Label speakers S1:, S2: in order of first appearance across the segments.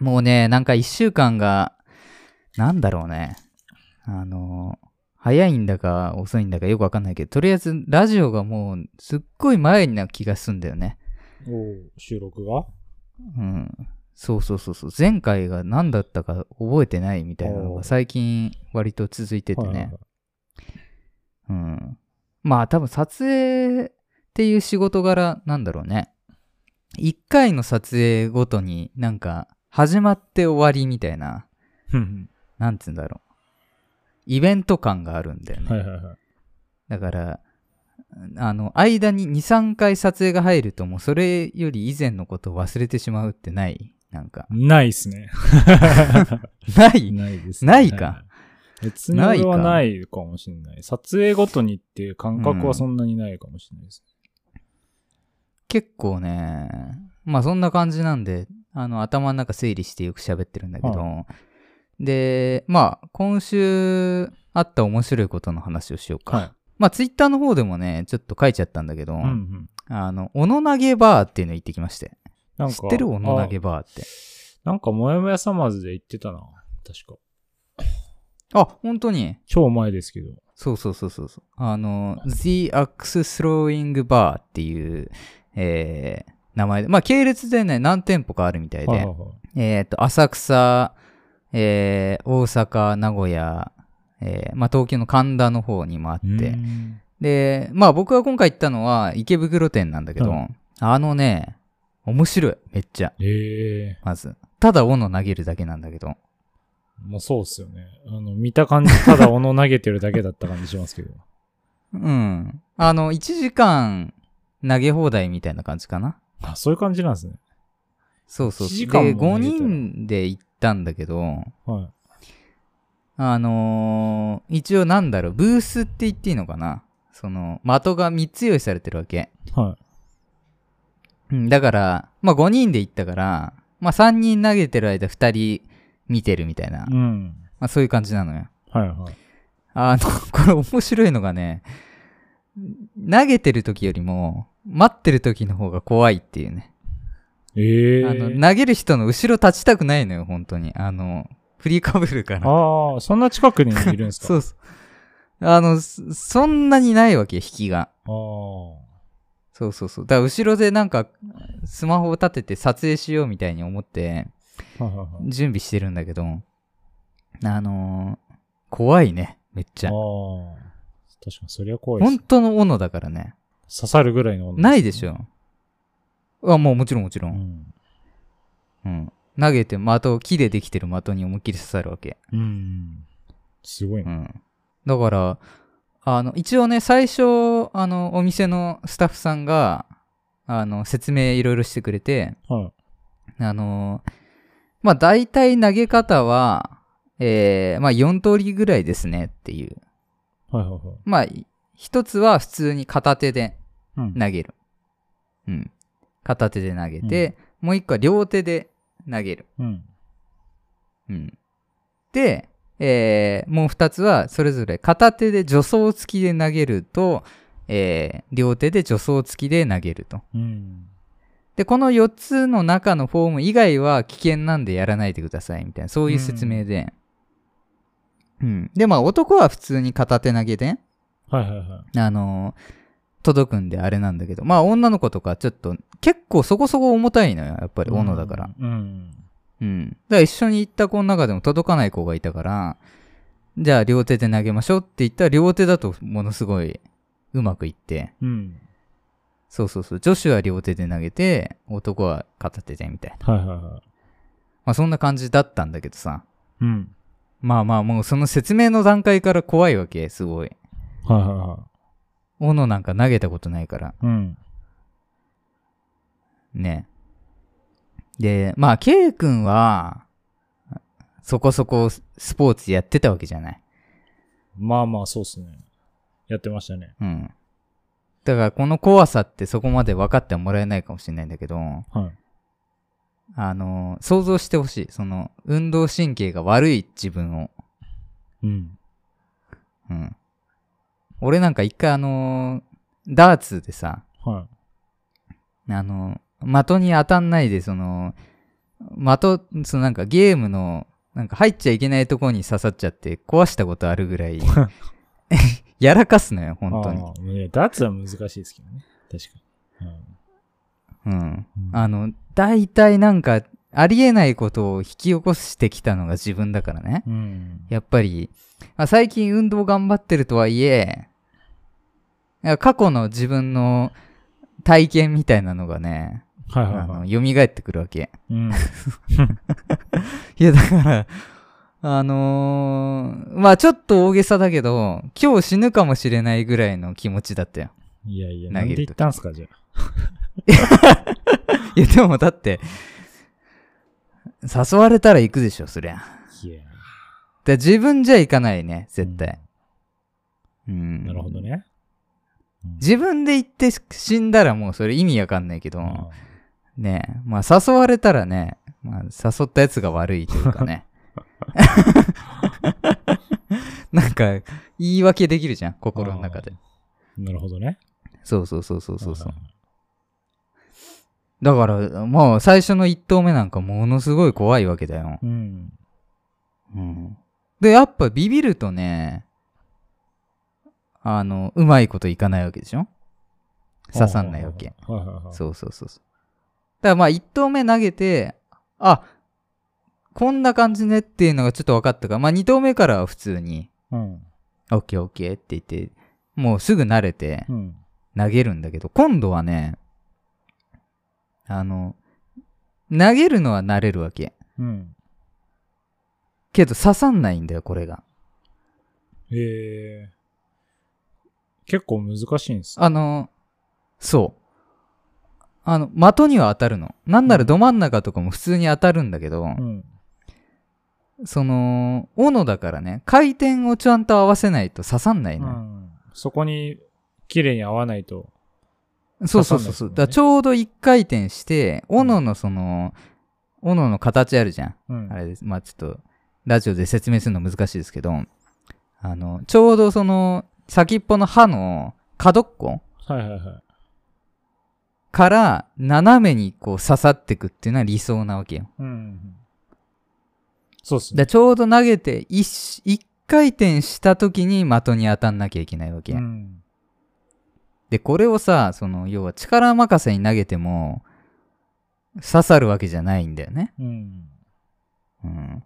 S1: もうね、なんか一週間が、なんだろうね。あの、早いんだか遅いんだかよくわかんないけど、とりあえずラジオがもうすっごい前な気がすんだよね。
S2: おう収録が
S1: うん。そうそうそうそう。前回が何だったか覚えてないみたいなの
S2: お
S1: が
S2: ー
S1: 最近割と続いててね。
S2: はいはいはい
S1: うん。まあ多分撮影っていう仕事柄なんだろうね。一回の撮影ごとになんか始まって終わりみたいな、
S2: うん
S1: なんつうんだろう。イベント感があるんだよね。
S2: はいはいはい。
S1: だから、あの、間に2、3回撮影が入るともうそれより以前のことを忘れてしまうってないなんか。
S2: ないっすね。
S1: ない
S2: ないです
S1: ないか。
S2: 別に俺は
S1: な
S2: ないかもしれない。撮影ごとにっていう感覚はそんなにないかもしれないです。
S1: 結構ね、まあそんな感じなんで、あの頭の中整理してよく喋ってるんだけど、で、まあ今週あった面白いことの話をしようか。
S2: はい
S1: まあツイッターの方でもね、ちょっと書いちゃったんだけど、
S2: うんうん。
S1: あの、おの投げバーっていうの行ってきまして。
S2: なんか。
S1: 知ってるおの投げ
S2: あ
S1: バーって。
S2: なんか、もやもやさまずで言ってたな。確か。
S1: あ、本当に
S2: 超前ですけど。
S1: そうそうそうそうそう。あの、The Axe Throwing Bar っていう、えー名前で、まあ系列でね、何店舗かあるみたいで、
S2: はいはいはい
S1: えっ、と、浅草、えー大阪、名古屋、えーまあ、東京の神田の方にもあっ
S2: う
S1: て、
S2: ーん
S1: で、まあ、僕が今回行ったのは池袋店なんだけど、
S2: うん
S1: あのね、面白い、めっちゃ、
S2: ええ
S1: まず。ただ斧投げるだけなんだけど。
S2: もうそうっすよね。あの、見た感じ、ただ斧投げてるだけだった感じしま すけど。
S1: うん。あの、1時間投げ放題みたいな感じかな。
S2: あ、そういう感じなんですね。
S1: そうそう
S2: 1
S1: そう。
S2: 時間
S1: で、
S2: も
S1: 5
S2: 投げたら
S1: 人で行ったんだけど、
S2: は
S1: あのー一応なんだろう、ブースって言っていいのかなその、的が3つ用意されてるわけ。
S2: い。は
S1: うん、だから、まあ5人で行ったから、まあ3人投げてる間2人見てるみたいな、
S2: い。う
S1: ま
S2: ん。
S1: あそういう感じなのよ。
S2: はいはい。
S1: あの、 これ面白いのがね、投げてる時よりも、待ってる時の方が怖いっていうね。
S2: ええ
S1: あの、投げる人の後ろ立ちたくないのよ、本当に。あの、振りかぶるから。
S2: ああ、そんな近くにいるんですか
S1: そうそう。あの、そそんなにないわけよ、引きが。
S2: ああ。
S1: そうそうそう。だから後ろでなんか、スマホを立てて撮影しようみたいに思って、
S2: はいはいはい。
S1: 準備してるんだけど、あのー怖いね、めっちゃ。
S2: ああ。確かに、そりゃ怖いです
S1: 本
S2: ね。
S1: 当の斧だからね。
S2: 刺さるぐらいの
S1: ないでし
S2: ょ。
S1: ょ。あ、もうもちろんもちろ。
S2: うんん。
S1: うん。投げて的を木でできてる的に思いっきり刺さるわけ。
S2: うん。すごいうな。
S1: ん。だから、あの、一応ね、最初、あの、お店のスタッフさんが、あの、説明いろいろしてくれて、
S2: はい。
S1: あのーまあ、大体投げ方は、えーまあ、4通りぐらいですねっていう。
S2: はいはいはい。
S1: まあ、い一つは普通に片手で
S2: うん。
S1: 投げる。うん。片手で投げて、もう一個は両手で投げる。
S2: うん。
S1: うん。で、えーもう二つはそれぞれ片手で助走付きで投げると、えー両手で助走付きで投げると。
S2: うん。
S1: で、この4つの中のフォーム以外は危険なんでやらないでくださいみたいな、そういう説明で。うん。で、まあ男は普通に片手投げで、
S2: はいはいは
S1: あのー届くんであれなんだけど、まあ女の子とかちょっと結構そこそこ重たいのよ、やっぱ
S2: い。
S1: り斧だから。。
S2: うん。
S1: うん。だから一緒に行った子の中でも届かない子がいたから、じゃあ両手で投げましょうって言ったら両手だとものすごいうまくいって、
S2: うん。
S1: そうそうそう、女子は両手で投げて、男は片手でみたいな。
S2: はいはいは
S1: まあそんな感じだったんだけどさ。
S2: い。うん。
S1: まあまあもうその説明の段階から怖いわけ、すごい。
S2: はいはいは
S1: 斧なんか投げたことないから。
S2: い。うん。
S1: ね。で、まあ K 君は、そこそこスポーツやってたわけじゃない。
S2: まあまあ、そうっすね。やってましたね。
S1: うん。だからこの怖さってそこまで分かってはもらえないかもしれないんだけど、
S2: はい。
S1: あの、想像してほしい。その、運動神経が悪い自分を。
S2: うん。
S1: うん。俺なんか一回あの、ダーツでさ、
S2: は
S1: あの、的に当たんないで、その、的、そのなんかゲームの、なんか入っちゃいけないところに刺さっちゃって壊したことあるぐらい、やらかすのよ、本当に。
S2: 当に。いや、脱は難しいですけどね。確かに。
S1: うん。
S2: うん
S1: あの、大体なんか、ありえないことを引き起こしてきたのが自分だからね。
S2: うん。
S1: やっぱり、あ最近運動頑張ってるとはいえ、いや過去の自分の体験みたいなのがね、
S2: はいはい
S1: あ
S2: は
S1: の、
S2: い。
S1: 蘇ってくるわけ。
S2: うん。
S1: いや、だから、あのーまあちょっと大げさだけど、今日死ぬかもしれないぐらいの気持ちだったよ。
S2: いやいや、
S1: 投げる
S2: なんで言ったんすか、じゃあ。
S1: いや、でもだって、誘われたら行くでしょ、そりゃ。
S2: いや、
S1: で自分じゃ行かないね、絶対。うん。
S2: なるほどね。
S1: 自分で行って死んだらもうそれ意味わかんないけど、
S2: うん
S1: ねえ、まあ誘われたらね、まあ誘ったやつが悪いというか ね。 なんか、言い訳できるじゃん、心の中で。
S2: なるほどね。
S1: そうそうそうそうそうそう
S2: は。
S1: だから、もう最初の一投目なんかものすごい怖いわけだよ。
S2: うん。
S1: うん。で、やっぱビビるとね、あの、うまいこといかないわけでしょ刺さんないわけ。。
S2: はいはいはい。
S1: そうそうそうそう。だからまあ1投目投げて、あ、こんな感じねっていうのがちょっと分かったから、まあ2投目からは普通に、
S2: うん。
S1: オッケーオッケーって言って、もうすぐ慣れて
S2: うん。
S1: 投げるんだけど、今度はね、あの、投げるのは慣れるわけ。
S2: うん。
S1: けど刺さんないんだよ、これが。
S2: えー。結構難しいんですね
S1: あの、そう。あの、的には当たるの。なんならど真ん中とかも普通に当たるんだけど、
S2: うん。
S1: その、斧だからね、回転をちゃんと合わせないと刺さんないうのよ、
S2: ん。そこに、綺麗に合わないと。
S1: そうそうそうそう。
S2: 刺さんないですもんね
S1: だからちょうど一回転して、斧のその、斧の形あるじゃん。
S2: うん。
S1: あれです。まあちょっと、ラジオで説明するの難しいですけど、あの、ちょうどその、先っぽの刃の角っこ
S2: はいはいはい。
S1: から斜めにこう刺さってくっていうのは理想なわけよ。
S2: うん。そうっすね。
S1: でちょうど投げて一一回転した時に的に当たんなきゃいけないわけ、
S2: うん。
S1: でこれをさその要は力任せに投げても刺さるわけじゃないんだよね、
S2: うん。
S1: うん、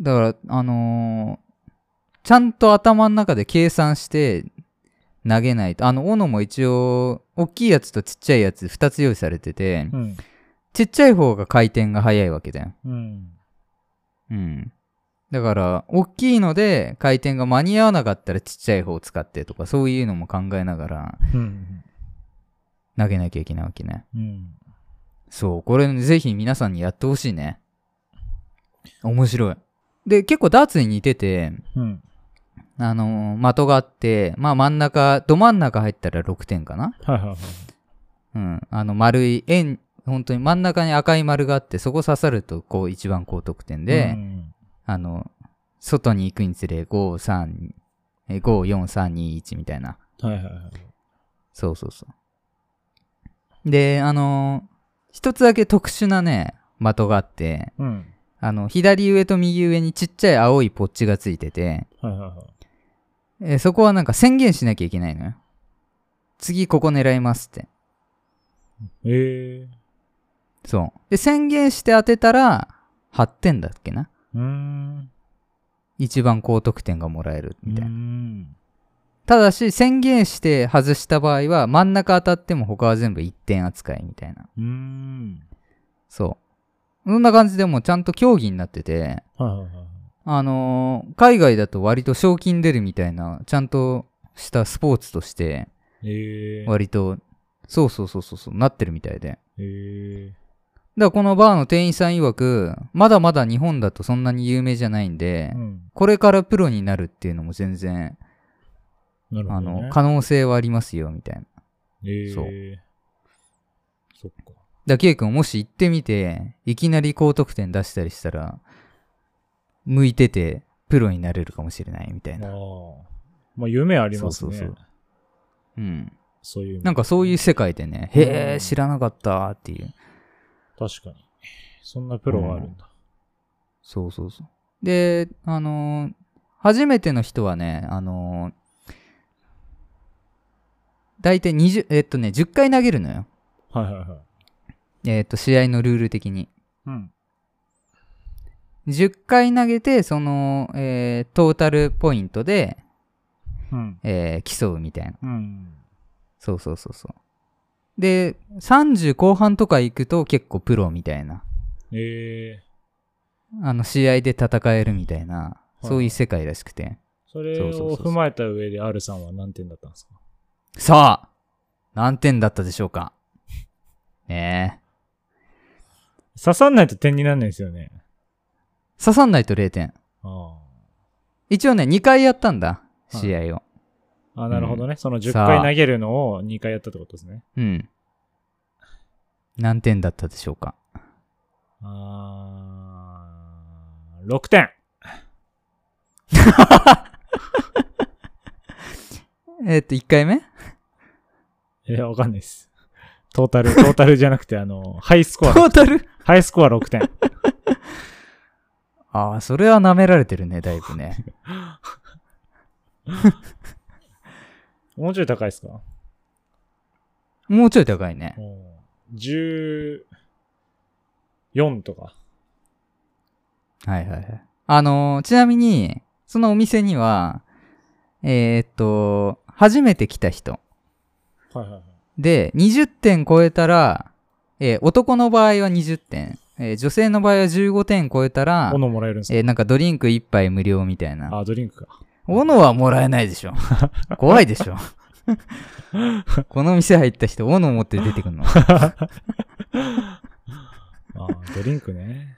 S1: だからあのーちゃんと頭の中で計算して投げないとあの斧も一応大きいやつとちっちゃいやつ2つ用意されてて、
S2: うん。
S1: ちっちゃい方が回転が速いわけだよ
S2: うん。
S1: うん。だから、大きいので回転が間に合わなかったらちっちゃい方を使ってとか、そういうのも考えながら
S2: うん。
S1: 投げなきゃいけないわけね。
S2: うん。
S1: そう、これぜひ皆さんにやってほしいね。面白い。で、結構ダーツに似てて、
S2: うん。
S1: あのー的があって、まあ真ん中、ど真ん中入ったら6点かな
S2: はいはいはい。
S1: うん。あの丸い円、本当に真ん中に赤い丸があって、そこ刺さるとこう一番高得点で、
S2: うん
S1: あの、外に行くにつれ、5、3、え5、4、3、2、1みたいな。
S2: はいはいはい。
S1: そうそうそう。で、あの、一つだけ特殊なね、的があって、
S2: うん。
S1: あの、左上と右上にちっちゃい青いポッチがついてて、
S2: はいはいはい。
S1: えそこはなんか宣言しなきゃいけないのよ。次ここ狙いますって。
S2: ええ
S1: そう。で、宣言して当てたら、8点だっけな。
S2: ー。うーん。
S1: 一番高得点がもらえるみたいな。
S2: うーん。
S1: ただし宣言して外した場合は真ん中当たっても他は全部1点扱いみたいな
S2: うーん。
S1: そうそんな感じでもうちゃんと競技になってて
S2: はいはいはい。
S1: あのー海外だと割と賞金出るみたいなちゃんとしたスポーツとして
S2: ええー。
S1: 割とそうそうそうそうそうなってるみたいでだか
S2: ええ
S1: らこのバーの店員さん曰くまだまだ日本だとそんなに有名じゃないんで
S2: ー。うん。
S1: これからプロになるっていうのも全然
S2: なるほ
S1: あ
S2: ど、ね。
S1: の可能性はありますよみたいな
S2: ええー。
S1: そう
S2: そっか。
S1: だ、ケイ君もし行ってみて、いきなり高得点出したりしたら、向いてて、プロになれるかもしれないみたい
S2: あ
S1: な。
S2: あ。まあ、夢ありますね。
S1: そうそうそううん。
S2: そういう意味。
S1: なんかそういう世界でね、へ
S2: う
S1: え、
S2: ん
S1: 知らなかったっていう。
S2: 確かに。そんなプロがあるんだ。
S1: そうそうそう。で、あのー初めての人はね、あのー大体20、えっとね、10回投げるのよ。
S2: はいはいはい。
S1: えっと、試合のルール的に。
S2: うん。
S1: 10回投げて、その、えートータルポイントで、
S2: うん。
S1: えー競うみたいな。
S2: うん。
S1: そうそうそうそう。で、30後半とか行くと結構プロみたいな。
S2: ええ
S1: あの、試合で戦えるみたいな、
S2: い
S1: そういう世界らしくて。
S2: それ
S1: そうそう
S2: を
S1: そうそ
S2: 踏
S1: う
S2: まえた上で R さんは何点だったんですか
S1: さあ何点だったでしょうかねえ。
S2: 刺さんないと点にならないですよね。
S1: 刺さんないと0点。
S2: あ
S1: 一応ね、2回やったんだ、試合を。
S2: あ。あなるほどね。その10
S1: さ
S2: 回
S1: あ
S2: 投げるのを2回やったってことですね。
S1: うん。何点だったでしょうか
S2: あー6点。
S1: えっと、1回目
S2: いや、わかんないです。トー タル、トータルじゃなくて、あの、ハイスコ
S1: ト
S2: アの、
S1: ータル
S2: ハイスコア6点。
S1: ああ、それは舐められてるね、だいぶね。
S2: もうちょい高いですか
S1: もうちょい高いね。
S2: おー14とか。
S1: はいはいはい。あのーちなみに、そのお店には、えーっと、初めて来た人。
S2: はいはいはい。
S1: で、20点超えたら、えー男の場合は20点、えー女性の場合は15点超えたら、
S2: 斧もらえるんですか
S1: えーなんかドリンク1杯無料みたいな。
S2: あ、ドリンクか。
S1: 斧はもらえないでしょ。 怖いでしょ。 この店入った人、斧持って出てくるの。
S2: あードリンクね。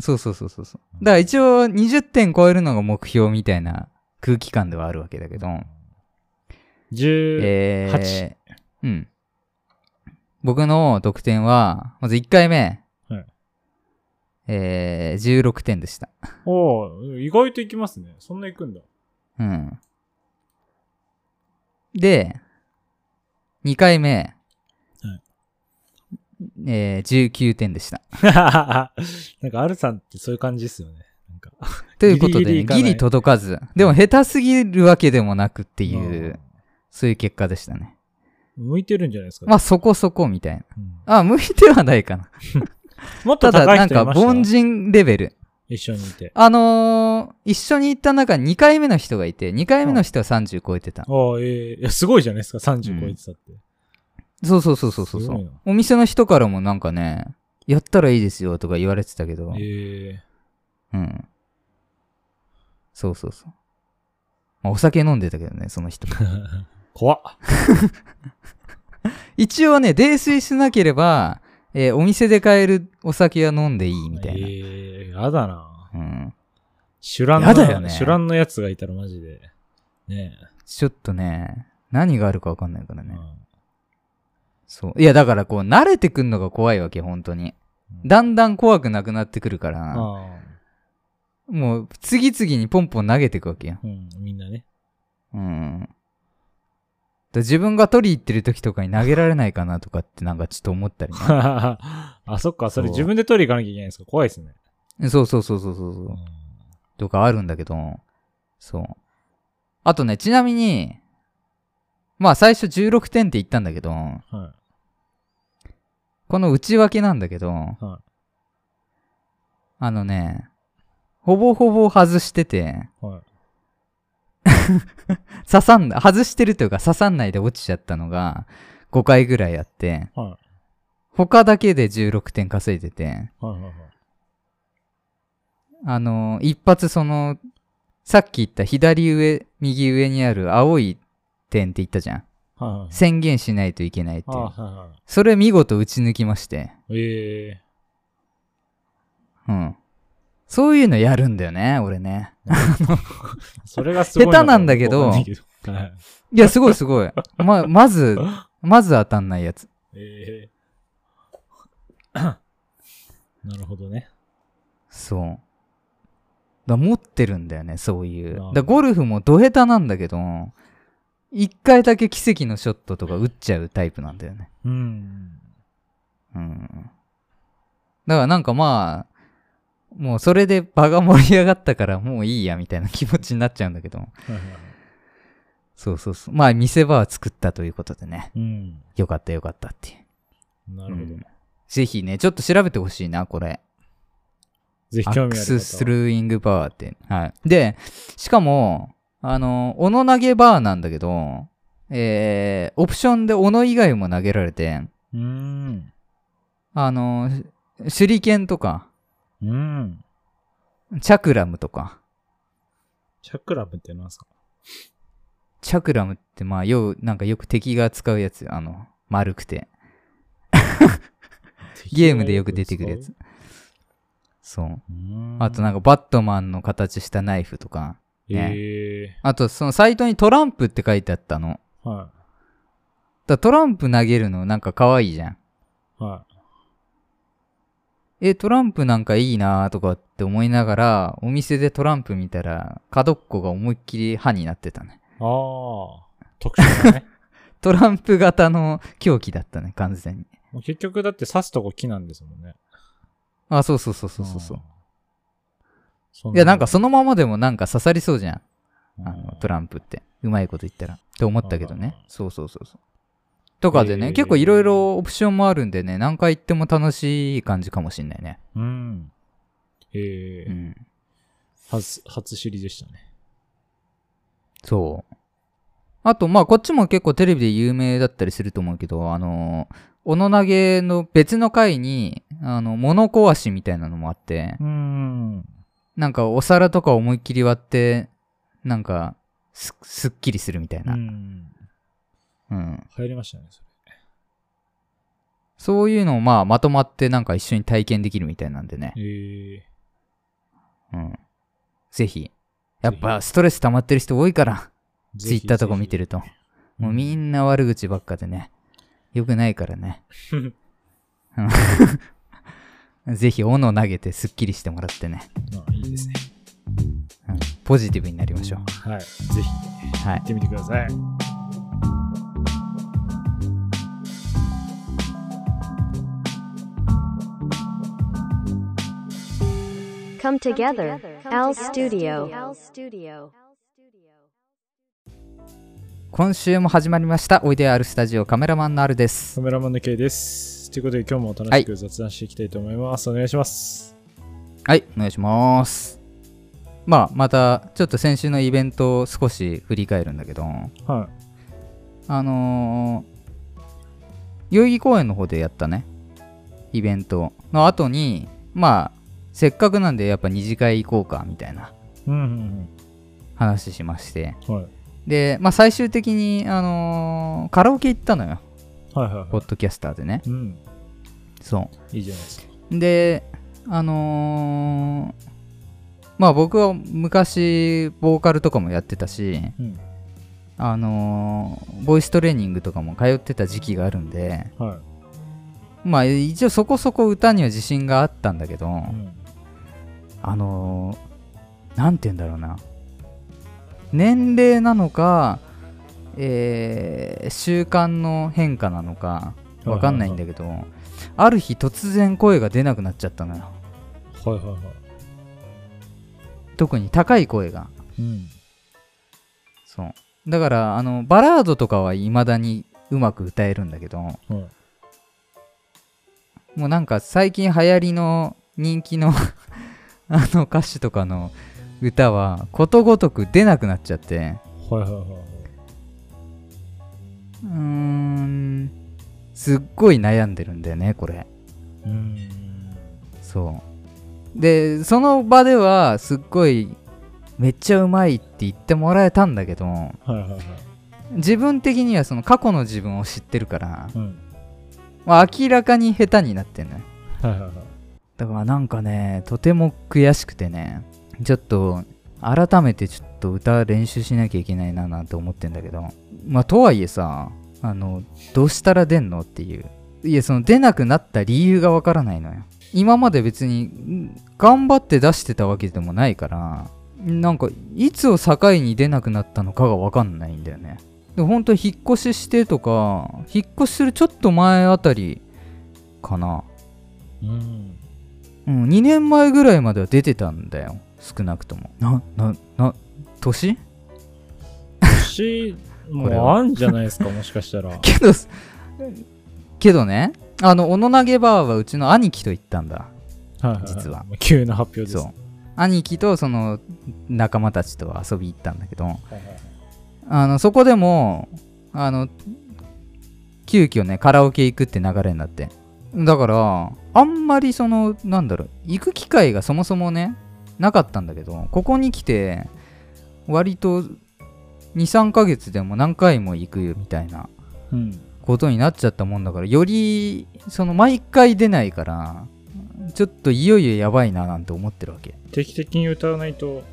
S1: そうそうそうそうそう。だから一応20点超えるのが目標みたいな空気感ではあるわけだけど、
S2: 10、
S1: えー、うん。僕の得点は、まず1回目、
S2: はい
S1: えー、16点でした。
S2: おー意外といきますね。そんな行 くんだ。
S1: うん。で、2回目、
S2: は
S1: えー、19点でした。
S2: なんか、アルさんってそういう感じですよね。なんか。
S1: ということで、
S2: ギリギリいかない
S1: ギリ届かず、でも下手すぎるわけでもなくっていう、
S2: うん
S1: そういう結果でしたね。
S2: 向いてるんじゃないですか。
S1: まあそこそこみたいな。
S2: うん
S1: あ、向いてはないかな。
S2: もっ
S1: た
S2: と
S1: だ、
S2: 高
S1: ないん
S2: 人い
S1: か
S2: ました
S1: 凡人レベル。
S2: 一緒にいて。
S1: あのー一緒に行った中に2回目の人がいて、2回目の人は30超えてた。
S2: ああ、ええいや、すごいじゃないですか、30超えてたって。
S1: そうそうそうそうそう
S2: す
S1: そ
S2: ごいうな。
S1: お店の人からもなんかね、やったらいいですよとか言われてたけど、
S2: ええ
S1: うん。そうそうそう。まあ、お酒飲んでたけどね、その 人。
S2: 怖っ。
S1: 一応ね、泥酔しなければ、えーお店で買えるお酒は飲んでいいみたいな。
S2: ええやだな。
S1: うん。
S2: シュラン
S1: やだよ
S2: の、
S1: ね
S2: シュランのやつがいたらマジで。ね
S1: ちょっとね、何があるかわかんないから
S2: え。
S1: ね。そう。いや、だからこう、慣れてくんのが怖いわけ、本当に。だんだん怖くなくなってくるか
S2: う
S1: ら。
S2: んああ、
S1: もう次々にポンポン投げていくわけよ。
S2: うん、みんなね。
S1: うん。だから自分が取り行ってる時とかに投げられないかなとかってなんかちょっと思ったりね。
S2: あ、そっか、それ
S1: そう
S2: 自分で取りに行かなきゃいけないんですか。怖いですね。。
S1: そうそうそうそうそうそううんとかあるんだけど、そう。あとね、ちなみに、まあ最初16点って言ったんだけど、
S2: は
S1: この内訳なんだけど、
S2: い。は
S1: あのね、ほぼほぼ外してて、
S2: い。はい。
S1: 刺さんだ、外してるというか刺さんないで落ちちゃったのが5回ぐらいあって、
S2: は
S1: 他だけで16点稼いでて、
S2: い。はい。はい。
S1: あの、一発その、さっき言った左上、右上にある青い点って言ったじゃん。
S2: はい。はい。
S1: 宣言しないといけないってい
S2: あ
S1: う。
S2: あ、はい。は
S1: それ見事打ち抜きまして。
S2: い。ええ
S1: うん。そういうのやるんだよね、俺ね。
S2: それがすごいのか。
S1: 下手なんだけど
S2: わかんないけどはい。
S1: いや、すごいすごい。ま、まず、まず当たんないやつ。
S2: え えなるほどね。
S1: そう。だ持ってるんだよね、そういう
S2: あ。ー
S1: だゴルフもド下手なんだけど、一回だけ奇跡のショットとか打っちゃうタイプなんだよね。
S2: うん。
S1: うん。だからなんかまあ、もうそれで場が盛り上がったからもういいやみたいな気持ちになっちゃうんだけど。
S2: はいはいはい
S1: そうそうそう。まあ見せ場は作ったということでね。
S2: うん。
S1: よかったよかったっていう。
S2: なるほど。
S1: うんぜひね、ちょっと調べてほしいな、これ。
S2: ぜひ
S1: ア
S2: 興
S1: ッ
S2: 味
S1: ク
S2: ある
S1: ス
S2: 方
S1: スルーイングバーって。はい。で、しかも、あの、斧投げバーなんだけど、えー、オプションで斧以外も投げられて、
S2: うーん。
S1: あの、手裏剣とか、
S2: うん。
S1: チャクラムとか、
S2: チャクラブって何すか
S1: チャクラムってまあ、よう、なんかよく敵が使うやつ、あの、丸くて。ゲームでよく出てくるやつ。。そう。
S2: うーん
S1: あとなんかバットマンの形したナイフとか、ね
S2: え
S1: あとそのサイトにトランプって書いてあったの。
S2: ー、は
S1: だからトランプ投げるのなんか可愛いじゃん。
S2: い。は
S1: え、トランプなんかいいなとかって思いながら、お店でトランプ見たら、角っこが思いっきり歯になってたね。
S2: い。ああ、特殊だ ね。
S1: トランプ型の凶器だったね、完全に。
S2: もう結局だって刺すとこ木なんですもんね。
S1: あ、そうそうそうそうそうそう。
S2: そ
S1: いや、なんか、そのままでもなんか刺さりそうじゃん。あのト
S2: ラ
S1: ランプって。うまいこと言ったら。って思ったけどね
S2: あ。
S1: そうそうそうそう。とかでね、
S2: へー
S1: 結構いろいろオプションもあるんでね、何回行っても楽しい感じかもしんないね。
S2: うん。ええ
S1: う
S2: ー
S1: ん。
S2: 初、初知りでしたね。
S1: そう。あと、まあ、こっちも結構テレビで有名だったりすると思うけど、あの、斧投げの別の回に、あの、物壊しみたいなのもあって
S2: う、ーん。
S1: なんかお皿とか思いっきり割って、なんか、す、すっきりするみたいうな。
S2: ん。
S1: うん
S2: 流行りましたね、それ。
S1: そういうのをまあまとまってなんか一緒に体験できるみたいなんでね。
S2: ええ
S1: うん。ぜひ。やっぱストレス溜まってる人多いから、
S2: ー。
S1: ツイッターとか見てると。もうみんな悪口ばっかでね。よくないからね。うん ぜひ、斧投げてスッキリしてもらってね、
S2: な。まあ、いいですね。
S1: うんポジティブになりましょう。
S2: はい。ぜひ、行
S1: はい
S2: っ。てみてください。
S3: Come
S4: together,
S3: together, Al
S4: Al
S3: Studio.
S4: Studio.
S3: Al Studio.
S1: 今週も始まりました。おいでやるスタジオカメラマンのあるです
S2: カ。メラマンの K です。ということで今日も楽しく雑談していきたいと思います。お願いします。
S1: はい、お願いします。まあ、また、ちょっと先週のイベントを少し振り返るんだけど、
S2: は。
S1: あのー、代々木公園の方でやったね、イベントの後に、まあ、せっかくなんでやっぱ二次会行こうか、みたいない
S2: うんうん
S1: 話しまして。
S2: うん。はい。
S1: で、まあ最終的に、あのーカラオケ行ったのよ。
S2: はいはい
S1: ポ
S2: は
S1: ッドキャスターでね。
S2: い。うん。
S1: そ
S2: いいじゃないですか。
S1: う。で、あのーまあ僕は昔、ボーカルとかもやってたし、
S2: うん。
S1: あのーボイストレーニングとかも通ってた時期があるんで、
S2: は
S1: まあ一応そこそこ歌には自信があったんだけど、
S2: い。うん。
S1: あのーなんて言うんだろうな。年齢なのか、えー習慣の変化なのか、わかんないんだけど、ある日突然声が出なくなっちゃったのよ。
S2: はいはいは
S1: 特に高い声が。
S2: い。うん。
S1: そう。だから、あの、バラードとかは未だにうまく歌えるんだけど、も
S2: はい。
S1: うなんか最近流行りの人気の あの歌手とかの歌はことごとく出なくなっちゃって、
S2: はいはいはいは
S1: うーんすっごい悩んでるんだよねこれ
S2: い。うん。
S1: そうでその場ではすっごいめっちゃうまいって言ってもらえたんだけど
S2: はいはいはい。
S1: 自分的にはその過去の自分を知ってるから、
S2: うん。
S1: まあ、明らかに下手になってんのよ
S2: はいはいはい。
S1: だからなんかねとても悔しくてねちょっと改めてちょっと歌練習しなきゃいけないななんて思ってんだけどまあとはいえさあのどうしたら出んのっていういやその出なくなった理由がわからないのよ今まで別にん頑張って出してたわけでもないからなんかいつを境に出なくなったのかがわかんないんだよねで本当引っ越ししてとか引っ越しするちょっと前あたりかな
S2: うん。
S1: うん、2年前ぐらいまでは出てたんだよ少なくともななな年
S2: し、も
S1: こ
S2: う
S1: れは。
S2: あんじゃないですか、もしかしたら
S1: けどけどねあのおの投げバーはうちの兄貴と行ったんだ実は。
S2: 急な発表です。
S1: そう兄貴とその仲間たちと遊び行ったんだけど
S2: はいはいはい
S1: あのそこでもあの急遽ねカラオケ行くって流れになってだからあんまりそのなんだろう行く機会がそもそもねなかったんだけどここに来て割と23ヶ月でも何回も行くみたいな
S2: うん。
S1: ことになっちゃったもんだからよりその毎回出ないからちょっといよいよやばいななんて思ってるわけ
S2: 定期的に歌わないと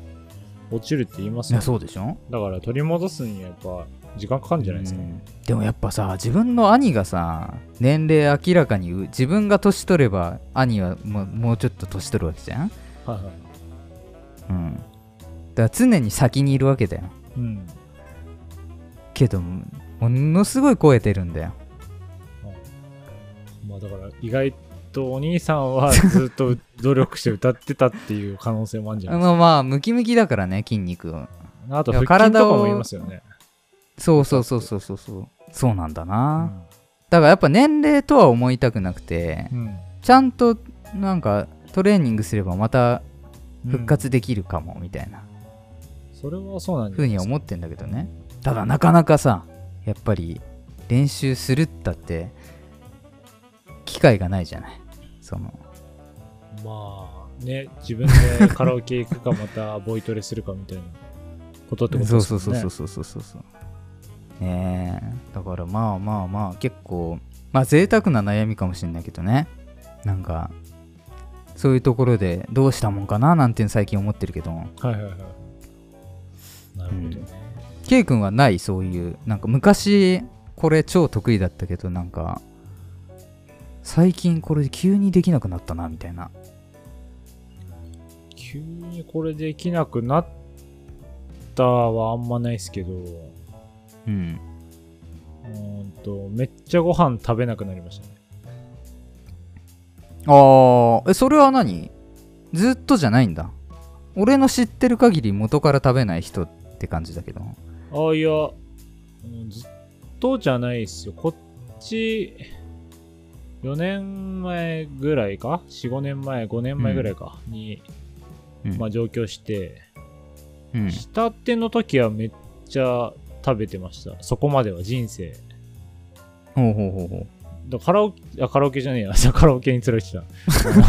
S2: 落ちるって言います
S1: い
S2: よ
S1: や
S2: ね
S1: そうでしょ
S2: だから取り戻すにはやっぱ時間かかるんじゃないですか。
S1: うんでもやっぱさ自分の兄がさ年齢明らかにう自分が年取れば兄はもうもうちょっと年取るわけじゃん、
S2: はいはい。
S1: うん、だから常に先にいるわけだよ
S2: うん。
S1: けどものすごい超えてるんだよ
S2: まあだから意外とお兄さんはずっと努力して歌ってたっていう可能性もあるんじゃ
S1: あ
S2: ないです
S1: のまあムキムキだからね筋肉を
S2: か。あと
S1: いや
S2: 腹筋とか
S1: 体を
S2: も言いますよね。
S1: そうそうそうそうそうそうそうなんだ
S2: う
S1: な、
S2: ん
S1: だからやっぱ年齢とは思いたくなくて
S2: うん
S1: ちゃんとなんかトレーニングすればまた復活できるかもみたいな
S2: それはそうなんじゃ
S1: ふう
S2: ないで
S1: に
S2: すか
S1: 思ってんだけどねただなかなかさやっぱり練習するったって機会がないじゃないその
S2: まあね、自分でカラオケ行くか、またボイトレするかみたいなことってこと
S1: そう
S2: です
S1: そ
S2: よ
S1: う
S2: ね。
S1: そうそうそうそうそうそうねえだからまあまあまあ結構まあ贅沢な悩みかもしれないけどねなんかそういうところでどうしたもんかななんて最近思ってるけど
S2: はいはいはい。なるほどね。
S1: ケイ君はないそういうなんか昔これ超得意だったけどなんか最近これ急にできなくなったなみたいな
S2: 急にこれできなくなったはあんまないですけど、う
S1: うん
S2: ーんと、めっちゃご飯食べなくなりましたね。
S1: あーえそれは何ずっとじゃないんだ俺の知ってる限り元から食べない人って感じだけど
S2: ああ、いや、うんずっとじゃないですよ。こっち、4年前ぐらいか ?4、5年前、5年前ぐらいか、に、
S1: うん、
S2: まあ上京して、
S1: うん、
S2: 下手の時はめっちゃ食べてました。そこまでは人生。
S1: ほうほうほうほう
S2: だカラオケ、あ、カラオケじゃねえや。 朝カラオケに連れてきた。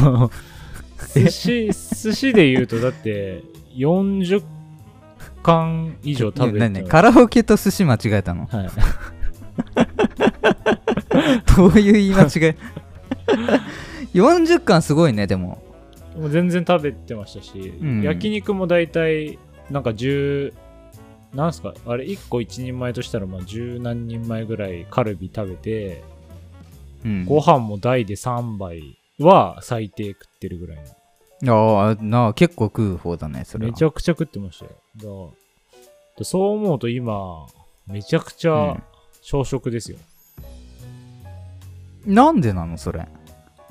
S2: あの 寿司、寿司で言うとだって40巻以上食べ
S1: いや
S2: て
S1: 何カラオケと寿司間違えた の
S2: はい。
S1: どういう言い間違 い40巻すごいねでも
S2: もう全然食べてましたし、
S1: ん
S2: 焼肉も大体、なんか10、なんすかあれ1個1人前としたらまあ十何人前ぐらいカルビ食べて、
S1: うん
S2: ご飯も大で3杯は最低食ってるぐらいの
S1: ああなあ結構食う方だねそれは
S2: めちゃくちゃ食ってましたよだからそう思うと今めちゃくち
S1: う
S2: ゃ
S1: ん
S2: 小食ですよ、
S1: なんでなのそれ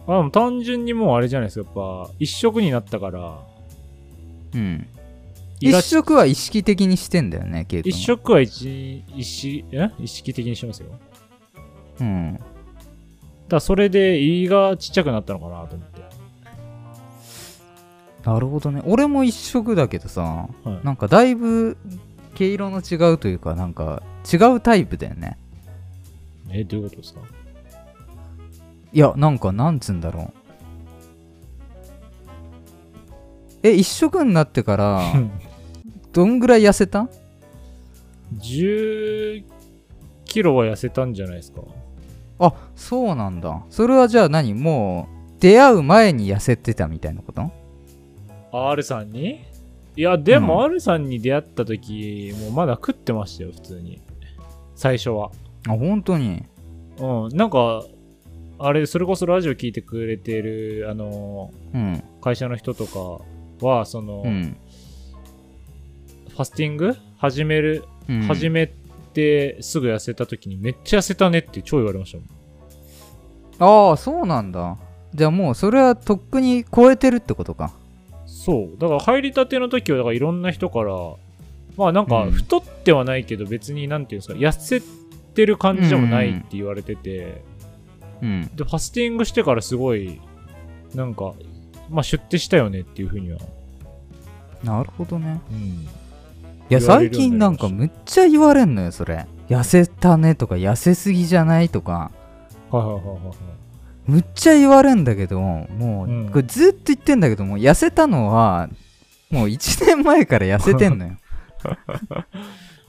S2: あでも単純にもうあれじゃないですかやっぱ一食になったから
S1: うん
S2: 胃が
S1: 一食は意識的にしてんだよね結構
S2: 一食は一一え意識的にしますよだか
S1: うん
S2: らそれで胃がちっちゃくなったのかなと思って、
S1: なるほどね俺も一食だけどさ
S2: はい
S1: なんかだいぶ毛色の違うというかなんか違うタイプだよね
S2: えどういうことですか
S1: いやなんかなんつうんだろうえ一食になってから どんぐらい痩せた
S2: 10キロは痩せたんじゃないですか
S1: あそうなんだそれはじゃあ何もう出会う前に痩せてたみたいなこと
S2: R さんにいやで
S1: うん
S2: も R さんに出会った時、もうまだ食ってましたよ普通に最初は
S1: あ本当に
S2: うんなんかあれそれこそラジオ聞いてくれてるあの
S1: うん
S2: 会社の人とかはその、
S1: うん
S2: ファスティング始める、
S1: うん
S2: 始めてすぐ痩せた時にめっちゃ痩せたねって超言われましたもん
S1: ああそうなんだじゃあもうそれはとっくに超えてるってことか。
S2: そうだから入りたての時はだからいろんな人からまあなんか
S1: うん
S2: 太ってはないけど別になんていうんですか痩せてる感じでもないって言われてて、
S1: うん。
S2: でファスティングしてからすごいなんかまあ出手したよねっていうふうには、
S1: なるほどね。
S2: うん、
S1: いや、
S2: 言
S1: 最
S2: われるよう
S1: 近
S2: に
S1: な
S2: なんりました
S1: かむっちゃ言われんのよ、それ。痩せたねとか、痩せすぎじゃないとか、
S2: はいはいはいはいはい
S1: むっちゃ言われんだけど、もう、
S2: うん
S1: これずっと言ってんだけど、もう痩せたのは、もう1年前から痩せて んのよ。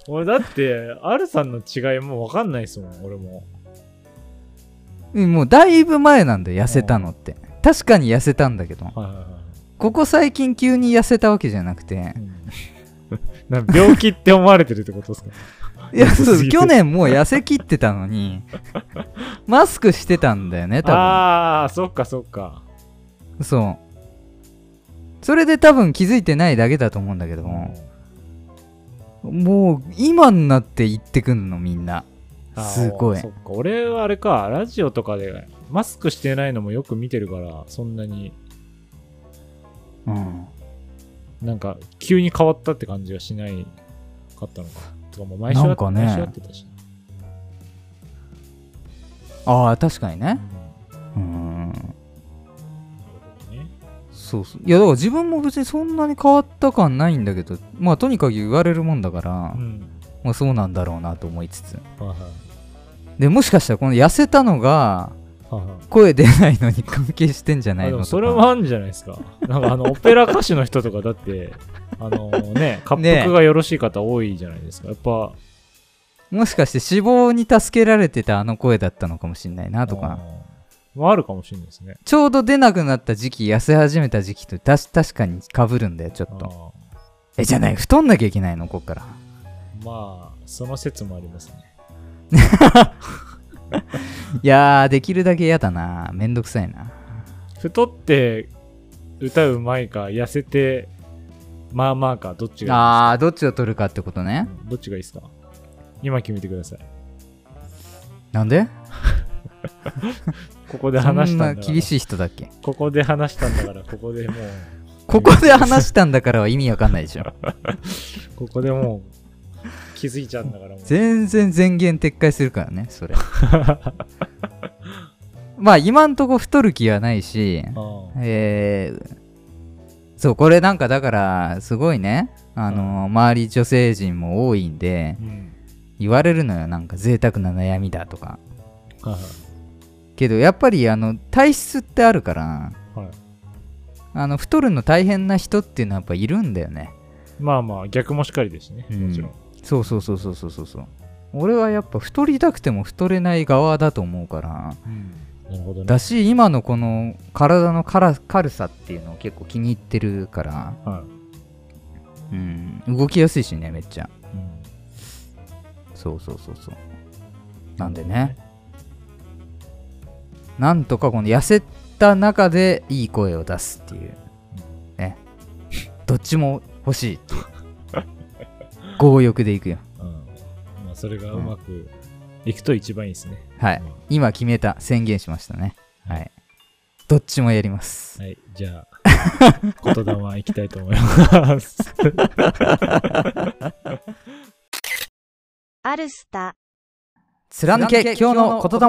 S2: 俺だって、R さんの違いもう分かんないですもん、俺も。
S1: うんもうだいぶ前なんだよ、痩せたのって。確かに痩せたんだけど、
S2: はいはいは
S1: ここ最近急に痩せたわけじゃなくて、
S2: い。なんか病気って思われてるってことですか
S1: いや、そ
S2: 痩せす
S1: う、
S2: ぎて
S1: 去年もう痩せきってたの に、マスクしてたんだよね、多分。
S2: ああ、そっかそっか。
S1: そう。それで多分気づいてないだけだと思うんだけども、もう今になって言ってくんのみんな。
S2: あー
S1: すごい
S2: そっか、俺はあれか、ラジオとかでマスクしてないのもよく見てるから、そんなに
S1: うん。
S2: なんか急に変わったって感じがしないかったのか。とかもう毎週
S1: なんかね
S2: 毎週やってたし。
S1: ああ、確かに
S2: うん
S1: ね。
S2: な
S1: うん。
S2: るほどね
S1: そうそう。いや、だから自分も別にそんなに変わった感ないんだけど、まあとにかく言われるもんだから、
S2: うん。
S1: まあそうなんだろうなと思いつつ。
S2: はいはい。
S1: で、もしかしたらこの痩せたのが、
S2: はいはい
S1: 声出ないのに関係してんじゃな
S2: あ
S1: い
S2: で
S1: のと
S2: も
S1: か
S2: それもあるんじゃないですか。 なんかあの、オペラ歌手の人とかだって、 あのね、滑腹がよろしい方多いじゃないですか。やっぱ、
S1: もしかして死亡に助けられてたあの声だったのかもしれないなと
S2: あ
S1: か、
S2: ーまあ、あるかもしれないですね。
S1: ちょうど出なくなった時期、痩せ始めた時期とたし確かに被るんだよ、ちょっ
S2: あ
S1: と。
S2: ー
S1: え、じゃない、太んなきゃいけないの、こっから。
S2: まあ、その説もありますね。
S1: いやー、できるだけ嫌だな。めんどくさいな。
S2: 太って歌うまいか、痩せてまあまあか、どっちが
S1: あー、どっちを取るかってことね
S2: いい。うんどっちがいいですか今決めてください。
S1: なんで
S2: ここで
S1: そ
S2: 話し
S1: ん
S2: た
S1: なん
S2: だから。
S1: 厳しい人だっけ
S2: ここで話したんだから、ここでもう、
S1: ここで話したんだからは意味わかんないで しょ。
S2: ここでもう、気づいちゃうんだからもう。
S1: 全然前言撤回するからね、それ。 まあ、今んとこ太る気はないし、
S2: あー
S1: えーそう、これなんかだから、すごいね、あの周り女性陣も多いんで
S2: う、ん。
S1: 言われるのよ、なんか贅沢な悩みだとか。
S2: はいはい
S1: けど、やっぱり、あの、体質ってあるから、
S2: はい
S1: あの、太るの大変な人っていうのはやっぱいるんだよね。
S2: まあまあ逆もしかりですしね、
S1: うん
S2: もちろん。
S1: そうそうそうそうそうそうそう。俺はやっぱ太りたくても太れない側だと思うから、
S2: なるほどね。
S1: だし、今のこの体のから軽さっていうのを結構気に入ってるから、
S2: は
S1: うん、動きやすいしね、めっちゃ。
S2: い。うん
S1: そうそうそうそうなんでねなんとかこの痩せた中でいい声を出すっていうねどっちも欲し いっていう強欲でいくよ
S2: うんまあそれがうまくいくと一番いいですね。
S1: はい今決めた宣言しましたねはいどっちもやります
S2: はい、じゃあ、言霊いきたいと思います。
S3: アルスタ、
S1: 貫け今日の言霊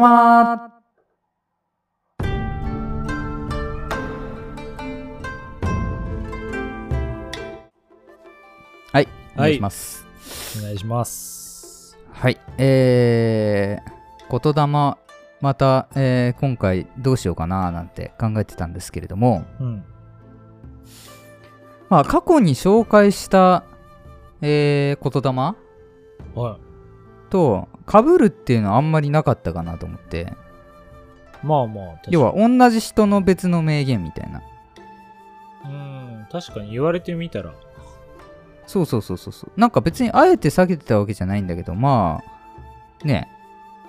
S1: はい、お願いします。
S2: お願いします。
S1: はい、えー、言霊、また、えー今回どうしようかななんて考えてたんですけれども、
S2: うん。
S1: まあ、過去に紹介した、えー、言
S2: は
S1: 霊と被るっていうのはあんまりなかったかなと思って、
S2: い。まあまあ、確かに
S1: 要は同じ人の別の名言みたいな。
S2: うん、確かに言われてみたら。
S1: そうそうそうそうそう。なんか別にあえて避けてたわけじゃないんだけど、まあ、ね、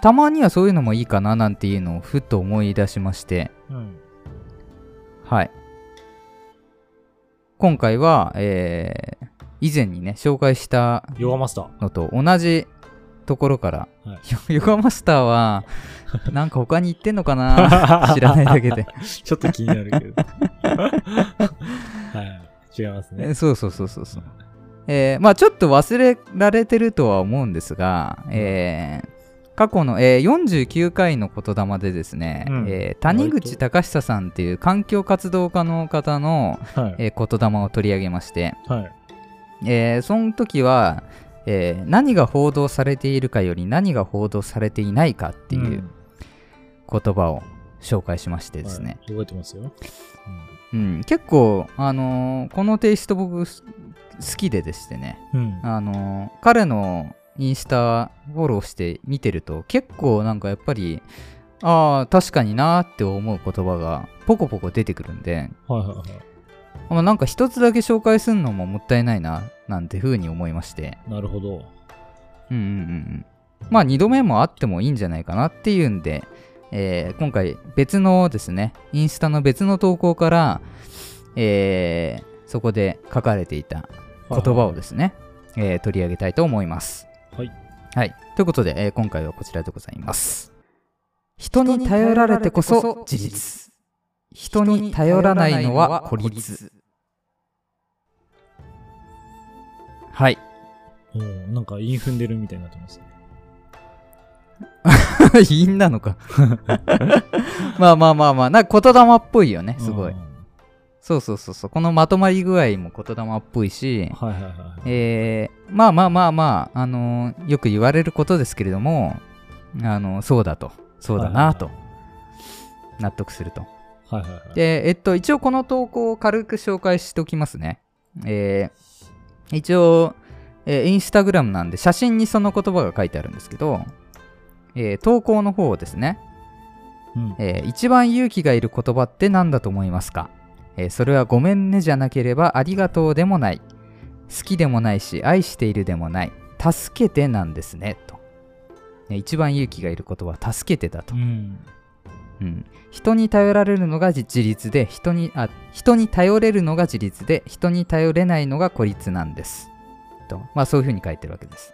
S1: たまにはそういうのもいいかななんていうのをふと思い出しまして、
S2: うん。
S1: はい。今回は、えー以前にね、紹介した
S2: ヨガマスター。
S1: のと同じところから、
S2: は
S1: よ 横浜スターはなんか他に行ってんのか な 知らないだけで
S2: ちょっと気になるけど。 はい。違いますね
S1: え。そうそうそうそうそう、えーまあちょっと忘れられてるとは思うんですが、えー過去の、えー49回の言霊でですね、
S2: うん
S1: えー谷口隆久さんっていう環境活動家の方の、
S2: はい。
S1: えー言霊を取り上げまして、
S2: はい。
S1: えーその時は、えー何が報道されているかより何が報道されていないかっていうんう言葉を紹介しましてですね、
S2: はい覚えてますよ。
S1: うん、結構、あのーこのテイスト僕す好きででしてね、
S2: うん。うん
S1: あのー彼のインスタフォローして見てると結構なんかやっぱりああ確かになーって思う言葉がポコポコ出てくるんで、
S2: はいはいは
S1: まあ、なんか一つだけ紹介するのももったいないななんて風に思いまして
S2: い。なるほど。
S1: うんうんうんうんまあ2度目もあってもいいんじゃないかなっていうんで、えー今回別のですねインスタの別の投稿から、えーそこで書かれていた言葉をですね、えー取り上げたいと思います。
S2: はい。
S1: はい、ということで、えー今回はこちらでございます。人に頼られてこそ事実。人に頼らないのは孤立。はい。
S2: おーなんか、イン踏んでるみたいになってますね。
S1: いいんなのか。 まあまあまあまあ、なんか言霊っぽいよね、すごい
S2: うん。
S1: そうそうそうそう。このまとまり具合も言霊っぽいし、
S2: はいはいはい。
S1: えーまあまあまあまあ、あのーよく言われることですけれども、あのーそうだと、そうだなと、納得すると。
S2: はいはいはい。
S1: で、えっと、一応この投稿を軽く紹介しておきますね。えー一応、えーインスタグラムなんで写真にその言葉が書いてあるんですけど、えー投稿の方をですね、
S2: うん
S1: えー一番勇気がいる言葉って何だと思いますか、えーそれはごめんねじゃなければありがとうでもない。好きでもないし愛しているでもない。助けてなんですね、と。えー一番勇気がいる言葉は助けてだと。
S2: うん。
S1: うん、人に頼られるのが自自立で人にあ人に頼れるのが自立で人に頼れないのが孤立なんですと、まあ、そういうふうに書いてるわけです